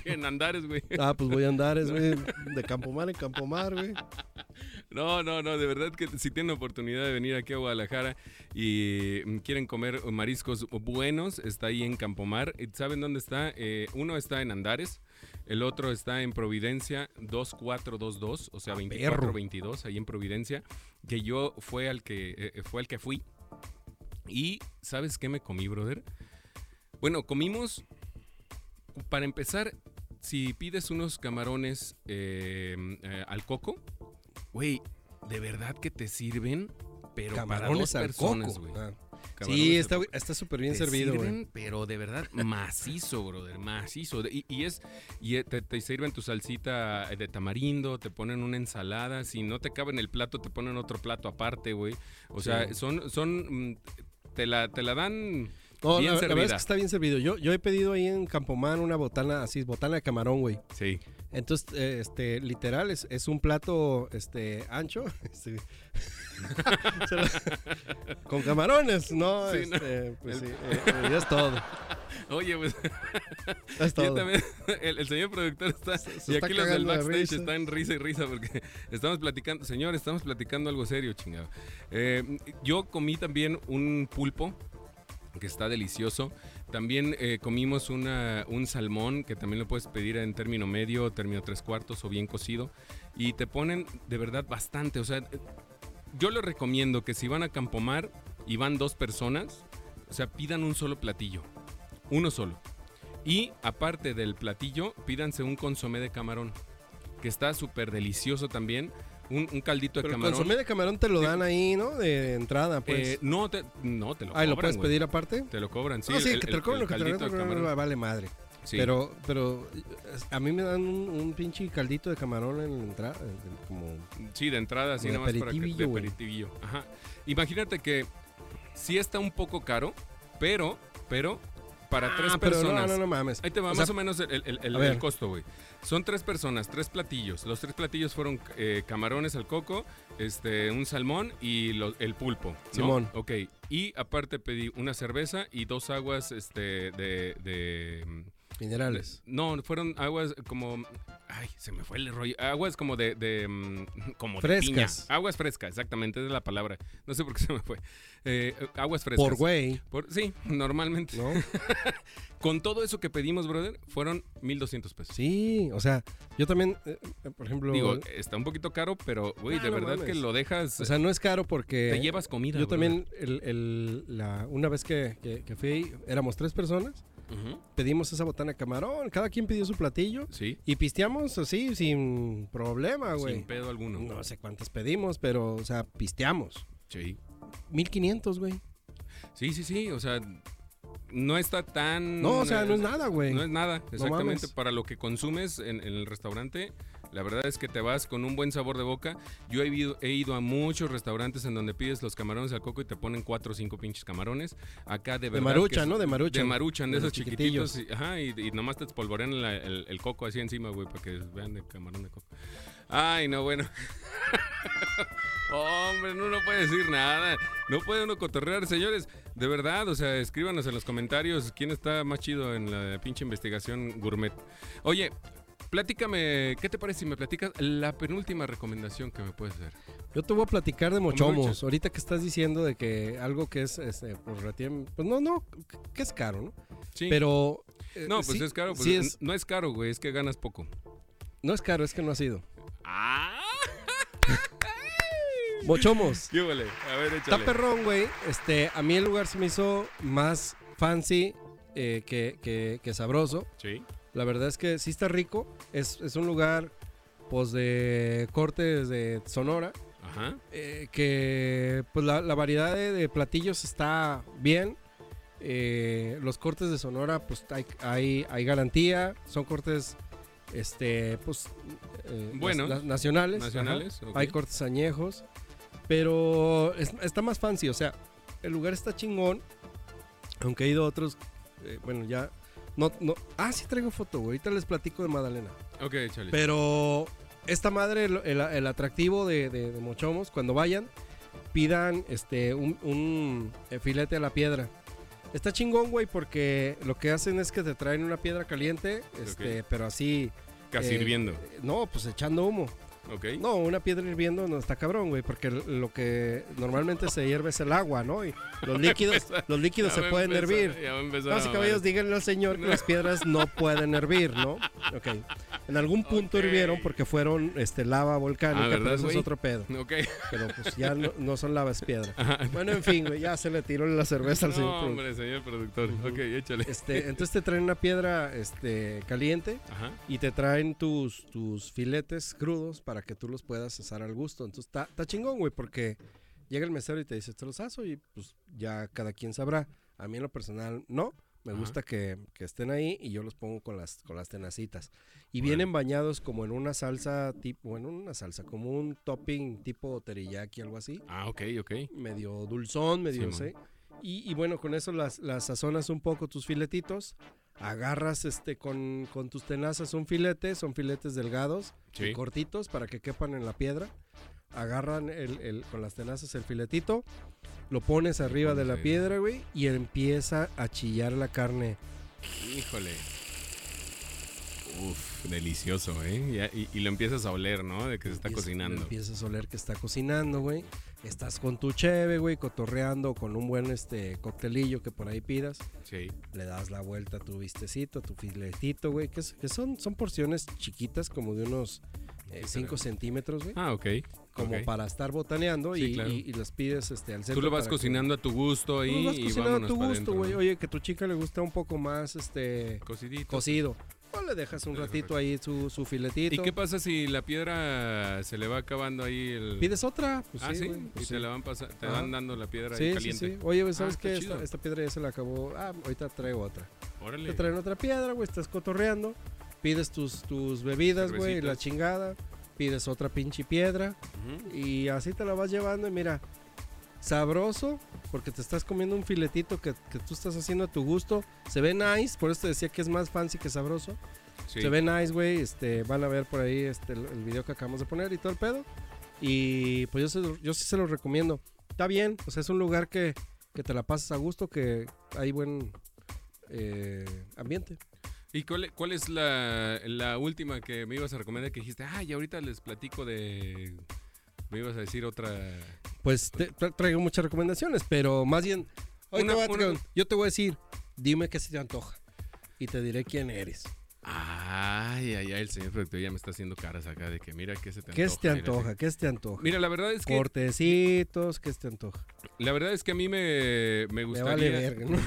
Speaker 1: en Andares, güey.
Speaker 2: Ah, pues voy a andar, es, güey. De Campomar en Campomar, güey.
Speaker 1: No, no, no, de verdad que si tienen oportunidad de venir aquí a Guadalajara y mm, quieren comer mariscos buenos, está ahí en Campomar. Eh, ¿Saben dónde está? Eh, uno está en Andares, el otro está en Providencia 2422, o sea, 2422, ahí en Providencia, que yo fue al que, eh, eh, fue al que fui. Y, ¿sabes qué me comí, brother? Bueno, comimos, para empezar, si pides unos camarones eh, eh, al coco, güey, de verdad que te sirven, pero
Speaker 2: Camarones
Speaker 1: para
Speaker 2: al
Speaker 1: dos personas,
Speaker 2: coco.
Speaker 1: güey.
Speaker 2: Ah.
Speaker 1: Camarones
Speaker 2: Sí,
Speaker 1: al
Speaker 2: está
Speaker 1: coco.
Speaker 2: está súper bien
Speaker 1: Te
Speaker 2: servido, güey.
Speaker 1: sirven, pero de verdad macizo, brother, macizo. De- Y, y es y eh, te, te sirven tu salsita eh, de tamarindo, te ponen una ensalada, si no te cabe en el plato te ponen otro plato aparte, güey. O
Speaker 2: Sí.
Speaker 1: sea, son son mm, te la te la dan
Speaker 2: No,
Speaker 1: bien
Speaker 2: la, la verdad es
Speaker 1: servida.
Speaker 2: que está bien servido. Yo, yo he pedido ahí en Campomar una botana, así, botana de camarón, güey.
Speaker 1: Sí.
Speaker 2: Entonces, eh, este, literal, es, es un plato, este, ancho. este, se lo- con camarones, ¿no?
Speaker 1: Sí, no.
Speaker 2: este, Pues
Speaker 1: El-
Speaker 2: sí, eh, eh, ya es todo.
Speaker 1: Oye, pues
Speaker 2: ya es
Speaker 1: yo
Speaker 2: todo.
Speaker 1: también- el, el señor productor está
Speaker 2: se
Speaker 1: y
Speaker 2: está
Speaker 1: aquí los del
Speaker 2: cagando de
Speaker 1: backstage
Speaker 2: risa.
Speaker 1: están risa y risa porque estamos platicando, señor, estamos platicando algo serio, chingado. Eh, yo comí también un pulpo que está delicioso. También eh, comimos una, un salmón que también lo puedes pedir en término medio, término tres cuartos o bien cocido. Y te ponen de verdad bastante. O sea, eh, yo les recomiendo que si van a Campomar y van dos personas, o sea, pidan un solo platillo. Uno solo. Y aparte del platillo, pídanse un consomé de camarón, que está súper delicioso también. Un, un caldito de
Speaker 2: Pero el
Speaker 1: camarón.
Speaker 2: consomé de camarón te lo dan ahí, ¿no? De, de entrada, pues.
Speaker 1: Eh, no, te, no, te lo
Speaker 2: Ay, ¿lo
Speaker 1: cobran,
Speaker 2: puedes
Speaker 1: güey.
Speaker 2: pedir aparte?
Speaker 1: Te lo cobran, sí.
Speaker 2: no, sí,
Speaker 1: el-
Speaker 2: que te
Speaker 1: el-
Speaker 2: lo cobren
Speaker 1: el
Speaker 2: lo que te lo
Speaker 1: caldito de camarón.
Speaker 2: vale madre.
Speaker 1: Sí.
Speaker 2: Pero, pero eh, a mí me dan un, un pinche caldito de camarón en la entrada, eh, como
Speaker 1: Sí, de entrada, así
Speaker 2: Como
Speaker 1: nada
Speaker 2: de
Speaker 1: más para que de
Speaker 2: aperitivillo, güey.
Speaker 1: aperitivillo. Ajá. Imagínate que sí está un poco caro, pero, pero, para tres
Speaker 2: Ah, pero
Speaker 1: personas.
Speaker 2: No, no, no mames.
Speaker 1: Ahí te va
Speaker 2: O
Speaker 1: más
Speaker 2: sea,
Speaker 1: o menos el, el- el-
Speaker 2: a ver.
Speaker 1: el costo, güey. Son tres personas, tres platillos. Los tres platillos fueron eh, camarones al coco, este, un salmón y lo- el pulpo. ¿no?
Speaker 2: Simón.
Speaker 1: Ok. Y aparte pedí una cerveza y dos aguas este, de, de, mm,
Speaker 2: Minerales.
Speaker 1: No, fueron aguas como. Ay, se me fue el rollo. Aguas como de. de, mm, como de piña.
Speaker 2: Frescas.
Speaker 1: Aguas frescas, exactamente, esa es la palabra. No sé por qué se me fue. Eh, aguas frescas.
Speaker 2: Por güey,
Speaker 1: Por- sí, normalmente.
Speaker 2: ¿no?
Speaker 1: Con todo eso que pedimos, brother, fueron 1200 pesos.
Speaker 2: Sí, o sea, yo también, eh, eh, por ejemplo,
Speaker 1: Digo, está un poquito caro, pero, güey,
Speaker 2: Ah,
Speaker 1: de
Speaker 2: no
Speaker 1: verdad
Speaker 2: mames.
Speaker 1: que lo dejas.
Speaker 2: o sea, no es caro
Speaker 1: te
Speaker 2: porque
Speaker 1: llevas comida. brother.
Speaker 2: yo también, el- el- la, una vez que, que- que fui, éramos tres personas,
Speaker 1: Ujú,
Speaker 2: pedimos esa botana camarón, cada quien pidió su platillo
Speaker 1: Sí,
Speaker 2: y pisteamos así, sin problema,
Speaker 1: sin
Speaker 2: Ah, güey.
Speaker 1: pedo alguno.
Speaker 2: No sé cuántas pedimos, pero, o sea, pisteamos.
Speaker 1: Sí.
Speaker 2: 1500, güey.
Speaker 1: Mm, Sí, sí, sí, o sea, no está tan...
Speaker 2: No, o sea, no es
Speaker 1: eh,
Speaker 2: nada, güey.
Speaker 1: No es nada, exactamente.
Speaker 2: mames.
Speaker 1: Para lo que consumes en, en el restaurante, la verdad es que te vas con un buen sabor de boca. Yo he ido, he ido a muchos restaurantes en donde pides los camarones al coco y te ponen cuatro o cinco pinches camarones. Acá de
Speaker 2: de
Speaker 1: verdad...
Speaker 2: marucha,
Speaker 1: que-
Speaker 2: ¿no? De marucha.
Speaker 1: De maruchan, de,
Speaker 2: De los
Speaker 1: esos chiquititos. y- ajá, y, y nomás te espolvorean la- el, el coco así encima, güey, para que vean el camarón de coco. Ay, no, bueno. Hombre, no, no puede decir nada. No puede uno cotorrear, señores. De verdad, o sea, escríbanos en los comentarios quién está más chido en la pinche investigación gourmet. Oye, platícame, ¿qué te parece si me platicas la penúltima recomendación que me puedes hacer?
Speaker 2: Yo te voy a platicar de mochomos.
Speaker 1: marucha.
Speaker 2: Ahorita que estás diciendo de que algo que es, este, pues, relativamente- pues no, no, que es caro, ¿no?
Speaker 1: Sí.
Speaker 2: Pero... eh,
Speaker 1: no, pues
Speaker 2: sí-
Speaker 1: es caro. Pues,
Speaker 2: sí es-
Speaker 1: No es caro, güey, es que ganas poco.
Speaker 2: no es caro, es que no ha sido.
Speaker 1: ¡Ah!
Speaker 2: Mochomos.
Speaker 1: ¿Qué huele? A ver,
Speaker 2: Está
Speaker 1: échale.
Speaker 2: perrón, güey. Este, a mí el lugar se me hizo más fancy eh, que, que- que sabroso.
Speaker 1: Sí.
Speaker 2: La verdad es que sí está rico. Es, es un lugar, pues, de cortes de Sonora.
Speaker 1: Ajá.
Speaker 2: eh, que pues la, la variedad de, de platillos está bien. Eh, los cortes de Sonora, pues hay, hay, hay garantía. Son cortes, este, pues, eh,
Speaker 1: Buenos.
Speaker 2: nas- nacionales. ajá.
Speaker 1: Nacionales. ok.
Speaker 2: Hay cortes añejos. Pero es- está más fancy, o sea, el lugar está chingón. Aunque he ido a otros, eh, bueno, ya. No, no. Ah, sí traigo foto, güey. Ahorita les platico de Magdalena.
Speaker 1: Ok, échale.
Speaker 2: Pero esta madre, el, el- el atractivo de, de- de Mochomos, cuando vayan, pidan este un, un, eh, filete a la piedra. Está chingón, güey, porque lo que hacen es que te traen una piedra caliente, este, pero así,
Speaker 1: Casi
Speaker 2: eh,
Speaker 1: hirviendo.
Speaker 2: eh, no, pues echando humo.
Speaker 1: Ok.
Speaker 2: No, una piedra hirviendo no está cabrón, güey, porque l- lo que normalmente se hierve es el agua, ¿no? Y los líquidos, los líquidos
Speaker 1: Ya pues,
Speaker 2: se
Speaker 1: va a
Speaker 2: pueden
Speaker 1: empezar,
Speaker 2: hervir.
Speaker 1: Ya va a empezar
Speaker 2: Damas y
Speaker 1: a
Speaker 2: caballeros,
Speaker 1: mamar.
Speaker 2: díganle al señor que las piedras no pueden hervir, ¿no? Ok. En algún punto
Speaker 1: Ok.
Speaker 2: hirvieron porque fueron este, lava volcánica,
Speaker 1: Ah, ¿verdad,
Speaker 2: pero eso es
Speaker 1: güey?
Speaker 2: otro pedo.
Speaker 1: Ok.
Speaker 2: Pero pues ya no, no son lavas piedra. Bueno, en fin, güey, ya se le tiró la cerveza al
Speaker 1: No,
Speaker 2: señor. productor.
Speaker 1: hombre, señor productor.
Speaker 2: Ujú.
Speaker 1: Ok, échale.
Speaker 2: Este, entonces te traen una piedra este, caliente
Speaker 1: Ajá.
Speaker 2: y te traen tus, tus filetes crudos para que tú los puedas asar al gusto. Entonces está está chingón, güey, porque llega el mesero y te dice, te los aso y pues ya cada quien sabrá. A mí en lo personal no. Me
Speaker 1: Ajá.
Speaker 2: gusta que, que estén ahí y yo los pongo con las, con las tenacitas. Y
Speaker 1: Órale.
Speaker 2: vienen bañados como en una salsa tipo, bueno, una salsa, como un topping tipo teriyaki, algo así.
Speaker 1: Ah, ok, ok.
Speaker 2: Medio dulzón, medio,
Speaker 1: Simón.
Speaker 2: ¿sí? Y, y bueno, con eso las, las sazonas un poco tus filetitos. Agarras este con, con tus tenazas un filete, son filetes delgados y
Speaker 1: Sí.
Speaker 2: cortitos para que quepan en la piedra. Agarran el, el- con las tenazas el filetito, lo pones arriba de
Speaker 1: pones
Speaker 2: la
Speaker 1: ahí.
Speaker 2: piedra, güey, y empieza a chillar la carne.
Speaker 1: Híjole. Uf, delicioso, ¿eh? Ya- y, y lo empiezas a oler, ¿no? De que se está
Speaker 2: Empieza-
Speaker 1: cocinando.
Speaker 2: Empiezas a oler que está cocinando, güey. Estás con tu cheve, güey, cotorreando con un buen este coctelillo que por ahí pidas.
Speaker 1: Sí.
Speaker 2: Le das la vuelta a tu vistecito, a tu filetito, güey, que, es- que son, son porciones chiquitas, como de unos
Speaker 1: Sí,
Speaker 2: 5
Speaker 1: claro.
Speaker 2: centímetros, güey.
Speaker 1: Ah, ok.
Speaker 2: Como
Speaker 1: ok.
Speaker 2: para estar botaneando
Speaker 1: Sí,
Speaker 2: y,
Speaker 1: claro.
Speaker 2: y- y las pides este, al centro.
Speaker 1: Tú lo vas
Speaker 2: para que-
Speaker 1: cocinando a tu gusto ahí
Speaker 2: Tú lo vas
Speaker 1: y
Speaker 2: cocinando
Speaker 1: vámonos
Speaker 2: a tu
Speaker 1: pa'
Speaker 2: gusto,
Speaker 1: dentro,
Speaker 2: güey.
Speaker 1: ¿no?
Speaker 2: Oye, que tu chica le gusta un poco más este
Speaker 1: Cocidito.
Speaker 2: cocido. O le dejas un
Speaker 1: Le dejas
Speaker 2: ratito ahí su, su
Speaker 1: ¿Y
Speaker 2: filetito.
Speaker 1: qué pasa si la piedra se le va acabando ahí el...
Speaker 2: ¿Pides otra? Pues
Speaker 1: ah, sí,
Speaker 2: güey,
Speaker 1: y
Speaker 2: pues
Speaker 1: te la van pasa- te
Speaker 2: Ajá.
Speaker 1: van dando la piedra ahí
Speaker 2: Sí, sí,
Speaker 1: caliente.
Speaker 2: sí. Oye, güey, ¿sabes
Speaker 1: Ah,
Speaker 2: qué?
Speaker 1: está
Speaker 2: Esta,
Speaker 1: chido.
Speaker 2: esta piedra ya se la acabó. Ah, ahorita traigo otra.
Speaker 1: Órale.
Speaker 2: Te traen otra piedra, güey, estás cotorreando. Pides tus, tus bebidas, güey,
Speaker 1: Cervecitas.
Speaker 2: la chingada. Pides otra pinche piedra.
Speaker 1: Ujú.
Speaker 2: Y así te la vas llevando y mira, sabroso, porque te estás comiendo un filetito que, que tú estás haciendo a tu gusto. Se ve nice, por eso te decía que es más fancy que sabroso.
Speaker 1: Sí.
Speaker 2: Se ve nice, güey. Este, van a ver por ahí este, el, el video que acabamos de poner y todo el pedo. Y pues yo, se lo- yo sí se los recomiendo. Está bien, o sea, es un lugar que, que te la pasas a gusto, que hay buen eh, ambiente.
Speaker 1: ¿Y cuál, cuál es la, la última que me ibas a recomendar que dijiste? Ay, ahorita les platico de... Me ibas a decir otra...
Speaker 2: Pues te- tra- traigo muchas recomendaciones, pero más bien, hoy
Speaker 1: Una-
Speaker 2: te voy a
Speaker 1: una-
Speaker 2: traer- yo te voy a decir, dime qué se te antoja y te diré quién eres.
Speaker 1: Ay, ay, ay, el señor productor ya me está haciendo caras acá de que mira qué se te
Speaker 2: ¿Qué
Speaker 1: antoja.
Speaker 2: se te
Speaker 1: mira,
Speaker 2: antoja? ¿Qué se te antoja?
Speaker 1: Mira, la verdad es que
Speaker 2: Cortecitos, ¿qué se te antoja?
Speaker 1: la verdad es que a mí me, me
Speaker 2: Me
Speaker 1: gustaría
Speaker 2: vale verga, ¿no?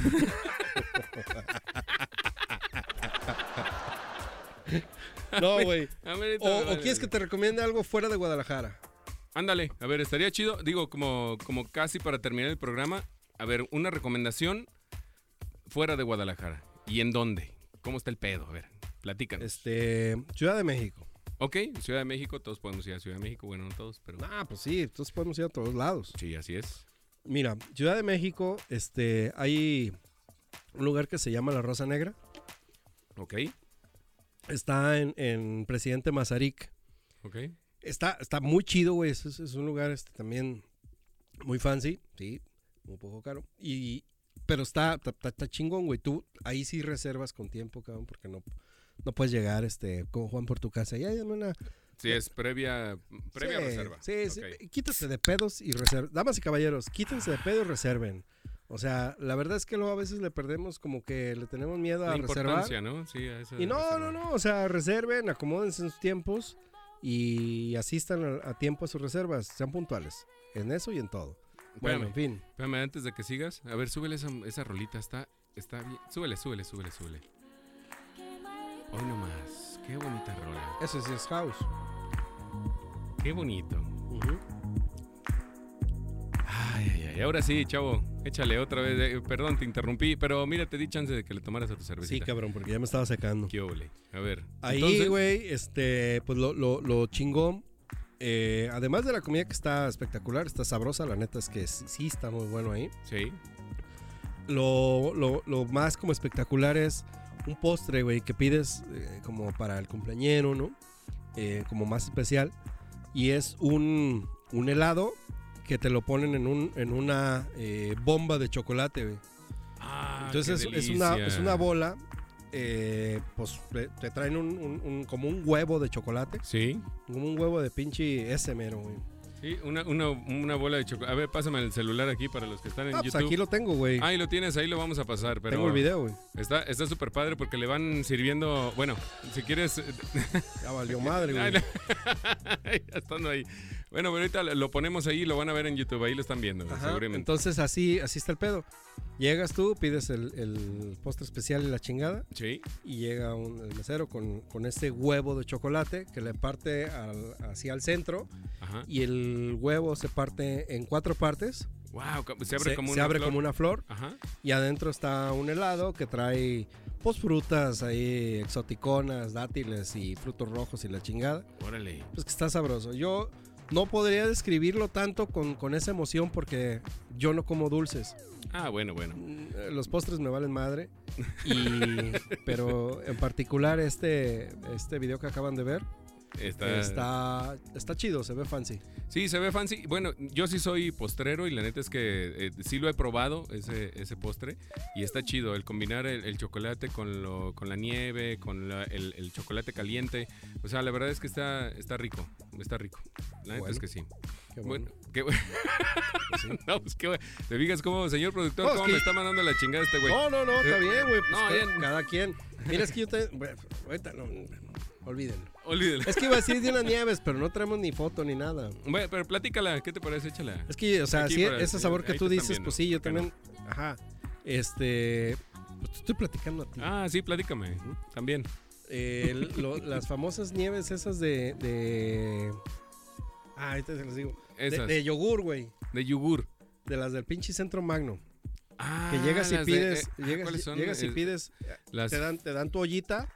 Speaker 2: No, güey.
Speaker 1: A ver,
Speaker 2: O,
Speaker 1: ahorita-
Speaker 2: o quieres que te recomiende algo fuera de Guadalajara.
Speaker 1: Ándale, a ver, estaría chido, digo, como, como casi para terminar el programa, a ver, una recomendación fuera de Guadalajara. ¿Y en dónde? ¿Cómo está el pedo? A ver, platícanos.
Speaker 2: Este, Ciudad de México.
Speaker 1: Ok, Ciudad de México, todos podemos ir a Ciudad de México, bueno, no todos, pero
Speaker 2: Ah, pues sí, entonces podemos ir a todos lados.
Speaker 1: sí, así es.
Speaker 2: Mira, Ciudad de México, este, hay un lugar que se llama La Rosa Negra.
Speaker 1: Ok,
Speaker 2: Está en, en Presidente Mazarik.
Speaker 1: ok.
Speaker 2: Está, está muy chido, güey. Es, es- es un lugar este, también muy fancy, sí, un poco caro. Y, pero está, está, está- está chingón, güey. Tú ahí sí reservas con tiempo, cabrón, porque no, no puedes llegar este, con Juan por tu casa. Ya, dame una
Speaker 1: Sí, es previa, previa
Speaker 2: Sí,
Speaker 1: reserva.
Speaker 2: Sí, sí.
Speaker 1: Ok.
Speaker 2: Quítense de pedos y reserven. Damas y caballeros, quítense de pedos y reserven. O sea, la verdad es que luego a veces le perdemos como que le tenemos miedo a
Speaker 1: La
Speaker 2: reservar.
Speaker 1: importancia, ¿no? Sí, a esa
Speaker 2: Y no,
Speaker 1: reserva.
Speaker 2: no, no. O sea, reserven, acomódense en sus tiempos y asistan a, a tiempo a sus reservas. Sean puntuales. En eso y en todo.
Speaker 1: Espérame.
Speaker 2: Bueno, en fin.
Speaker 1: Espérame, antes de que sigas, a ver, súbele esa, esa rolita, está, está bien. Súbele, súbele, súbele, súbele. Hoy nomás, qué bonita rola,
Speaker 2: Eso sí es house.
Speaker 1: qué bonito. Ay, ay, ay, ahora sí, chavo, échale otra vez. eh, perdón, te interrumpí, pero mira, te di chance de que le tomaras a tu
Speaker 2: Sí,
Speaker 1: cervecita.
Speaker 2: cabrón, porque ya me estaba secando.
Speaker 1: Qué ole. A ver.
Speaker 2: Ahí,
Speaker 1: entonces-
Speaker 2: güey, este, pues lo, lo, lo chingón. eh, además de la comida que está espectacular, está sabrosa, la neta es que sí, sí está muy bueno ahí.
Speaker 1: Sí.
Speaker 2: Lo, lo- lo más como espectacular es un postre, güey, que pides eh, como para el cumpleañero, ¿no? Eh, como más especial. Y es un, un helado que te lo ponen en, un, en una eh, bomba de chocolate, güey.
Speaker 1: Ah,
Speaker 2: Entonces
Speaker 1: qué
Speaker 2: es, es una,
Speaker 1: delicia.
Speaker 2: es una bola, eh, pues te- te traen un- un- un- como un huevo de chocolate,
Speaker 1: Sí,
Speaker 2: como un huevo de pinche ese mero, güey.
Speaker 1: sí, una, una, una bola de chocolate. A ver, pásame el celular aquí para los que están en
Speaker 2: Ah, pues
Speaker 1: YouTube.
Speaker 2: aquí lo tengo, güey.
Speaker 1: Ahí lo tienes, ahí lo vamos a pasar, pero.
Speaker 2: Tengo el video, güey.
Speaker 1: Está está súper padre porque le van sirviendo. Bueno, si quieres.
Speaker 2: Ya valió madre,
Speaker 1: Ay,
Speaker 2: güey.
Speaker 1: no. Ya estando ahí. Bueno, pero ahorita lo ponemos ahí y lo van a ver en YouTube. Ahí lo están viendo,
Speaker 2: Ajá,
Speaker 1: seguramente.
Speaker 2: Entonces así, así está el pedo. Llegas tú, pides el, el postre especial y la chingada,
Speaker 1: Sí.
Speaker 2: y llega un el mesero con, con ese huevo de chocolate que le parte al- hacia el centro,
Speaker 1: Ajá.
Speaker 2: y el huevo se parte en cuatro partes.
Speaker 1: Wow, se abre como
Speaker 2: se
Speaker 1: una
Speaker 2: abre
Speaker 1: flor.
Speaker 2: como una flor.
Speaker 1: Ajá.
Speaker 2: Y adentro está un helado que trae pues frutas ahí exoticonas, dátiles y frutos rojos y la chingada.
Speaker 1: Órale.
Speaker 2: Pues que está sabroso. Yo no podría describirlo tanto con, con esa emoción porque yo no como dulces.
Speaker 1: Ah, bueno, bueno.
Speaker 2: Mm, eh, Los postres me valen madre. Y, pero en particular este, este video que acaban de ver
Speaker 1: Está...
Speaker 2: está, está chido, se ve fancy.
Speaker 1: Sí, se ve fancy. Bueno, yo sí soy postrero y la neta es que eh, sí lo he probado, ese, ese postre, y está chido. El combinar el, el chocolate con, lo, con la nieve, con la- el, el chocolate caliente. O sea, la verdad es que está, está rico. Está rico. La neta
Speaker 2: Bueno.
Speaker 1: es que sí.
Speaker 2: Qué bueno.
Speaker 1: Bueno, qué bueno. no, pues qué bueno. Te fijas cómo, señor productor,
Speaker 2: No, es
Speaker 1: cómo
Speaker 2: que- Oh.
Speaker 1: me está mandando la chingada este güey.
Speaker 2: No, no, no, está bien, güey. pues
Speaker 1: No,
Speaker 2: ca-
Speaker 1: ya-
Speaker 2: cada quien. Mira, es que yo te... bueno, ahorita no, olvídenlo.
Speaker 1: Olvídelo.
Speaker 2: Es que iba a decir Dina Nieves, pero no traemos ni foto ni nada.
Speaker 1: Bueno, pero platícala, ¿qué te parece? Échala.
Speaker 2: Es que, o sea,
Speaker 1: Aquí
Speaker 2: sí,
Speaker 1: para-
Speaker 2: ese sabor que
Speaker 1: ahí
Speaker 2: tú
Speaker 1: te están
Speaker 2: dices, pues sí, yo
Speaker 1: viendo, ¿por
Speaker 2: también. Ajá. Este. Pues te estoy platicando a ti.
Speaker 1: Ah, sí, platícame. También.
Speaker 2: Eh, lo- las famosas nieves esas de. de ah, ahorita se los digo. De-
Speaker 1: Esas.
Speaker 2: De, yogur, güey.
Speaker 1: de yogur.
Speaker 2: De las del pinche centro magno.
Speaker 1: Ah,
Speaker 2: Que llegas y
Speaker 1: las de-
Speaker 2: pides.
Speaker 1: eh, ah,
Speaker 2: llegas
Speaker 1: ¿cuáles son?
Speaker 2: llegas y
Speaker 1: Eh,
Speaker 2: pides.
Speaker 1: Las
Speaker 2: Te dan, te dan tu ollita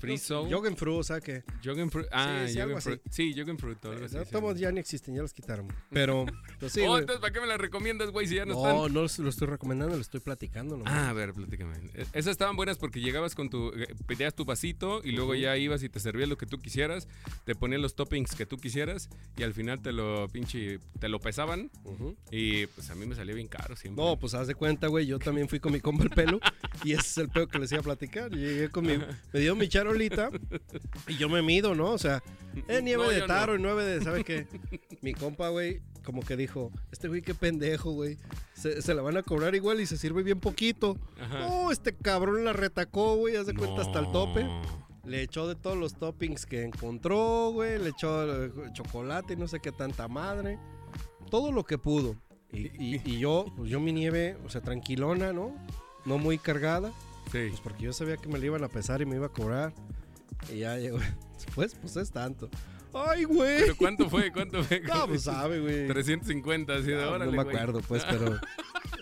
Speaker 1: Free Soul.
Speaker 2: Jogenfru, o sea que.
Speaker 1: Jogenfruit. Ah,
Speaker 2: Sí, sí, algo
Speaker 1: Jogenfruit. Sí, Jogenfruit. algo así,
Speaker 2: no,
Speaker 1: sí.
Speaker 2: todos ya ni existen, ya los quitaron. Pero, pues sí.
Speaker 1: oh,
Speaker 2: güey.
Speaker 1: entonces, ¿para qué me la recomiendas, güey, si ya no, están?
Speaker 2: No, no los- lo estoy recomendando, lo estoy platicando. nomás.
Speaker 1: Ah, a ver, platícame. E- Esas estaban buenas porque llegabas con tu. eh, Pedías tu vasito y luego ya ibas y te servías lo que tú quisieras. Te ponían los toppings que tú quisieras y al final te lo pinche. Te lo pesaban
Speaker 2: Ujú.
Speaker 1: y pues a mí me salía bien caro siempre.
Speaker 2: No, pues haz de cuenta, güey. Yo también fui con mi compa el pelo. y ese es el pelo que les iba a platicar. Yo Llegué con mi. Me dio mi charolita. Y yo me mido, ¿no? O sea, es nieve
Speaker 1: No,
Speaker 2: de
Speaker 1: yo
Speaker 2: taro y nueve de. ¿Sabes qué? Mi compa, güey, como que dijo: Este güey, qué pendejo, güey. Se, se la van a cobrar igual y se sirve bien poquito.
Speaker 1: Ajá.
Speaker 2: No, este cabrón la retacó, güey. Haz de cuenta hasta el tope.
Speaker 1: No.
Speaker 2: Le echó de todos los toppings que encontró, güey. Le echó eh, chocolate y no sé qué tanta madre. Todo lo que pudo. Y, y- y yo, pues yo mi nieve, o sea, tranquilona, ¿no? No muy cargada.
Speaker 1: Sí.
Speaker 2: Pues porque yo sabía que me la iban a pesar y me iba a cobrar. Y ya llegó. Después, pues es tanto. ¡Ay, güey!
Speaker 1: ¿Pero cuánto fue? ¿Cuánto fue?
Speaker 2: No, pues sabe, güey.
Speaker 1: 350, así de
Speaker 2: Ah,
Speaker 1: órale,
Speaker 2: no me
Speaker 1: güey.
Speaker 2: acuerdo, pues, pero.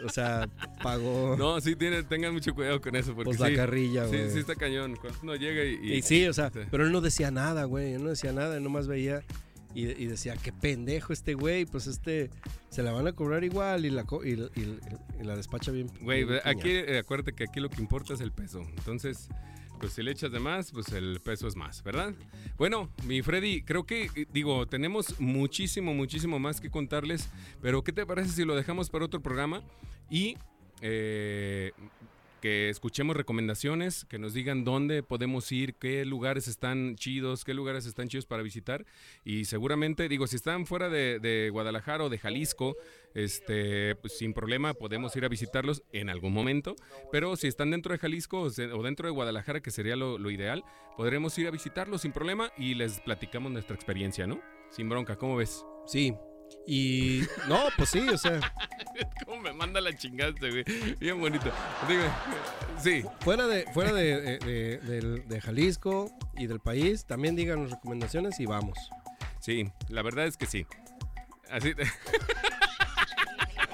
Speaker 2: O sea, pagó.
Speaker 1: No, sí, tiene- tengan mucho cuidado con eso porque
Speaker 2: pues
Speaker 1: sí,
Speaker 2: la carrilla, güey.
Speaker 1: sí, sí está cañón. Cuando uno llega y... y-
Speaker 2: Y sí, o sea,
Speaker 1: Sí.
Speaker 2: pero él no decía nada, güey. Él no decía nada, él nomás veía y, y decía, qué pendejo este güey. Pues este, se la van a cobrar igual y la, co- y, y- y la despacha bien.
Speaker 1: Güey,
Speaker 2: bien
Speaker 1: aquí,
Speaker 2: piña.
Speaker 1: eh, acuérdate que aquí lo que importa es el peso. Entonces, pues si le echas de más, pues el peso es más, ¿verdad? Bueno, mi Freddy, creo que, eh, digo, tenemos muchísimo, muchísimo más que contarles. Pero, ¿qué te parece si lo dejamos para otro programa? Y... eh, que escuchemos recomendaciones, que nos digan dónde podemos ir, qué lugares están chidos, qué lugares están chidos para visitar. Y seguramente, digo, si están fuera de, de Guadalajara o de Jalisco, este, pues, sin problema podemos ir a visitarlos en algún momento. Pero si están dentro de Jalisco o se- o dentro de Guadalajara, que sería lo, lo ideal, podremos ir a visitarlos sin problema y les platicamos nuestra experiencia, ¿no? Sin bronca, ¿cómo ves?
Speaker 2: Sí. Y no, pues sí, o sea,
Speaker 1: ¿Cómo me manda la chingada, este güey? Bien bonito. Dime, sí.
Speaker 2: fuera de fuera de, de- de- del- de Jalisco y del país, también díganos recomendaciones y vamos.
Speaker 1: Sí, la verdad es que sí. Así,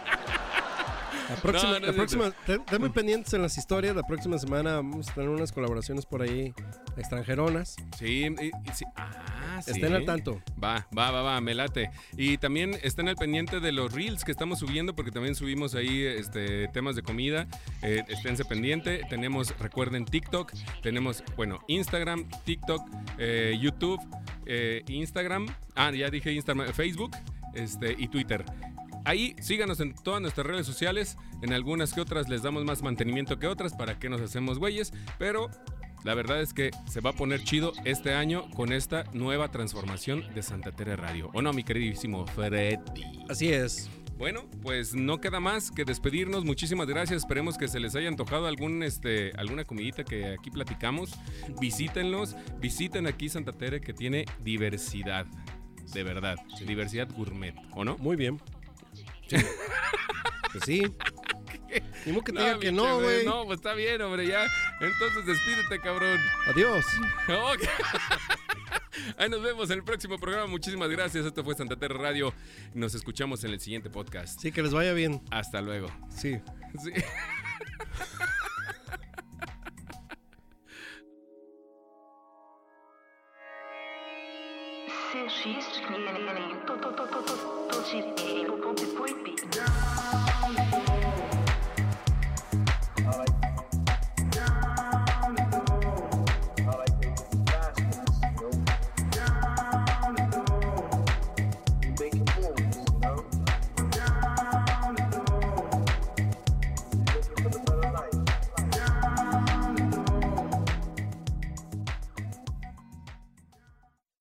Speaker 2: La próxima,
Speaker 1: No, no,
Speaker 2: la
Speaker 1: no,
Speaker 2: próxima, ten- ten muy pendientes en las historias. La próxima semana vamos a tener unas colaboraciones por ahí extranjeronas.
Speaker 1: sí, y- y sí. Ah, sí.
Speaker 2: Estén al tanto.
Speaker 1: Va, va, va, va, me late. Y también estén al pendiente de los reels que estamos subiendo, porque también subimos ahí este, temas de comida. Eh, esténse pendiente. Tenemos, recuerden, TikTok. Tenemos, bueno, Instagram, TikTok, eh, YouTube, eh, Instagram. Ah, ya dije Instagram, Facebook este, y Twitter. Ahí síganos en todas nuestras redes sociales. En algunas que otras les damos más mantenimiento que otras para que nos hacemos güeyes. Pero la verdad es que se va a poner chido este año con esta nueva transformación de Santa Tere Radio. ¿O no, mi queridísimo Freddy?
Speaker 2: Así es.
Speaker 1: Bueno, pues no queda más que despedirnos. Muchísimas gracias. Esperemos que se les haya antojado algún, este, alguna comidita que aquí platicamos. Visítenlos. Visiten aquí Santa Tere que tiene diversidad. De verdad. Diversidad gourmet. ¿O no?
Speaker 2: Muy bien. Pues sí. Dimo que te diga
Speaker 1: Ah, mi
Speaker 2: que no,
Speaker 1: chévere,
Speaker 2: güey.
Speaker 1: No, pues está bien, hombre, ya. Entonces despídete, cabrón.
Speaker 2: Adiós.
Speaker 1: Ok. Ahí nos vemos en el próximo programa. Muchísimas gracias. Esto fue Santa Terra Radio. Nos escuchamos en el siguiente podcast.
Speaker 2: Sí, que les vaya bien.
Speaker 1: Hasta luego.
Speaker 2: Sí.
Speaker 1: Sí.
Speaker 3: Seja isto que é, é, é, to, to, to, to, to, to, to, to, to, to, to,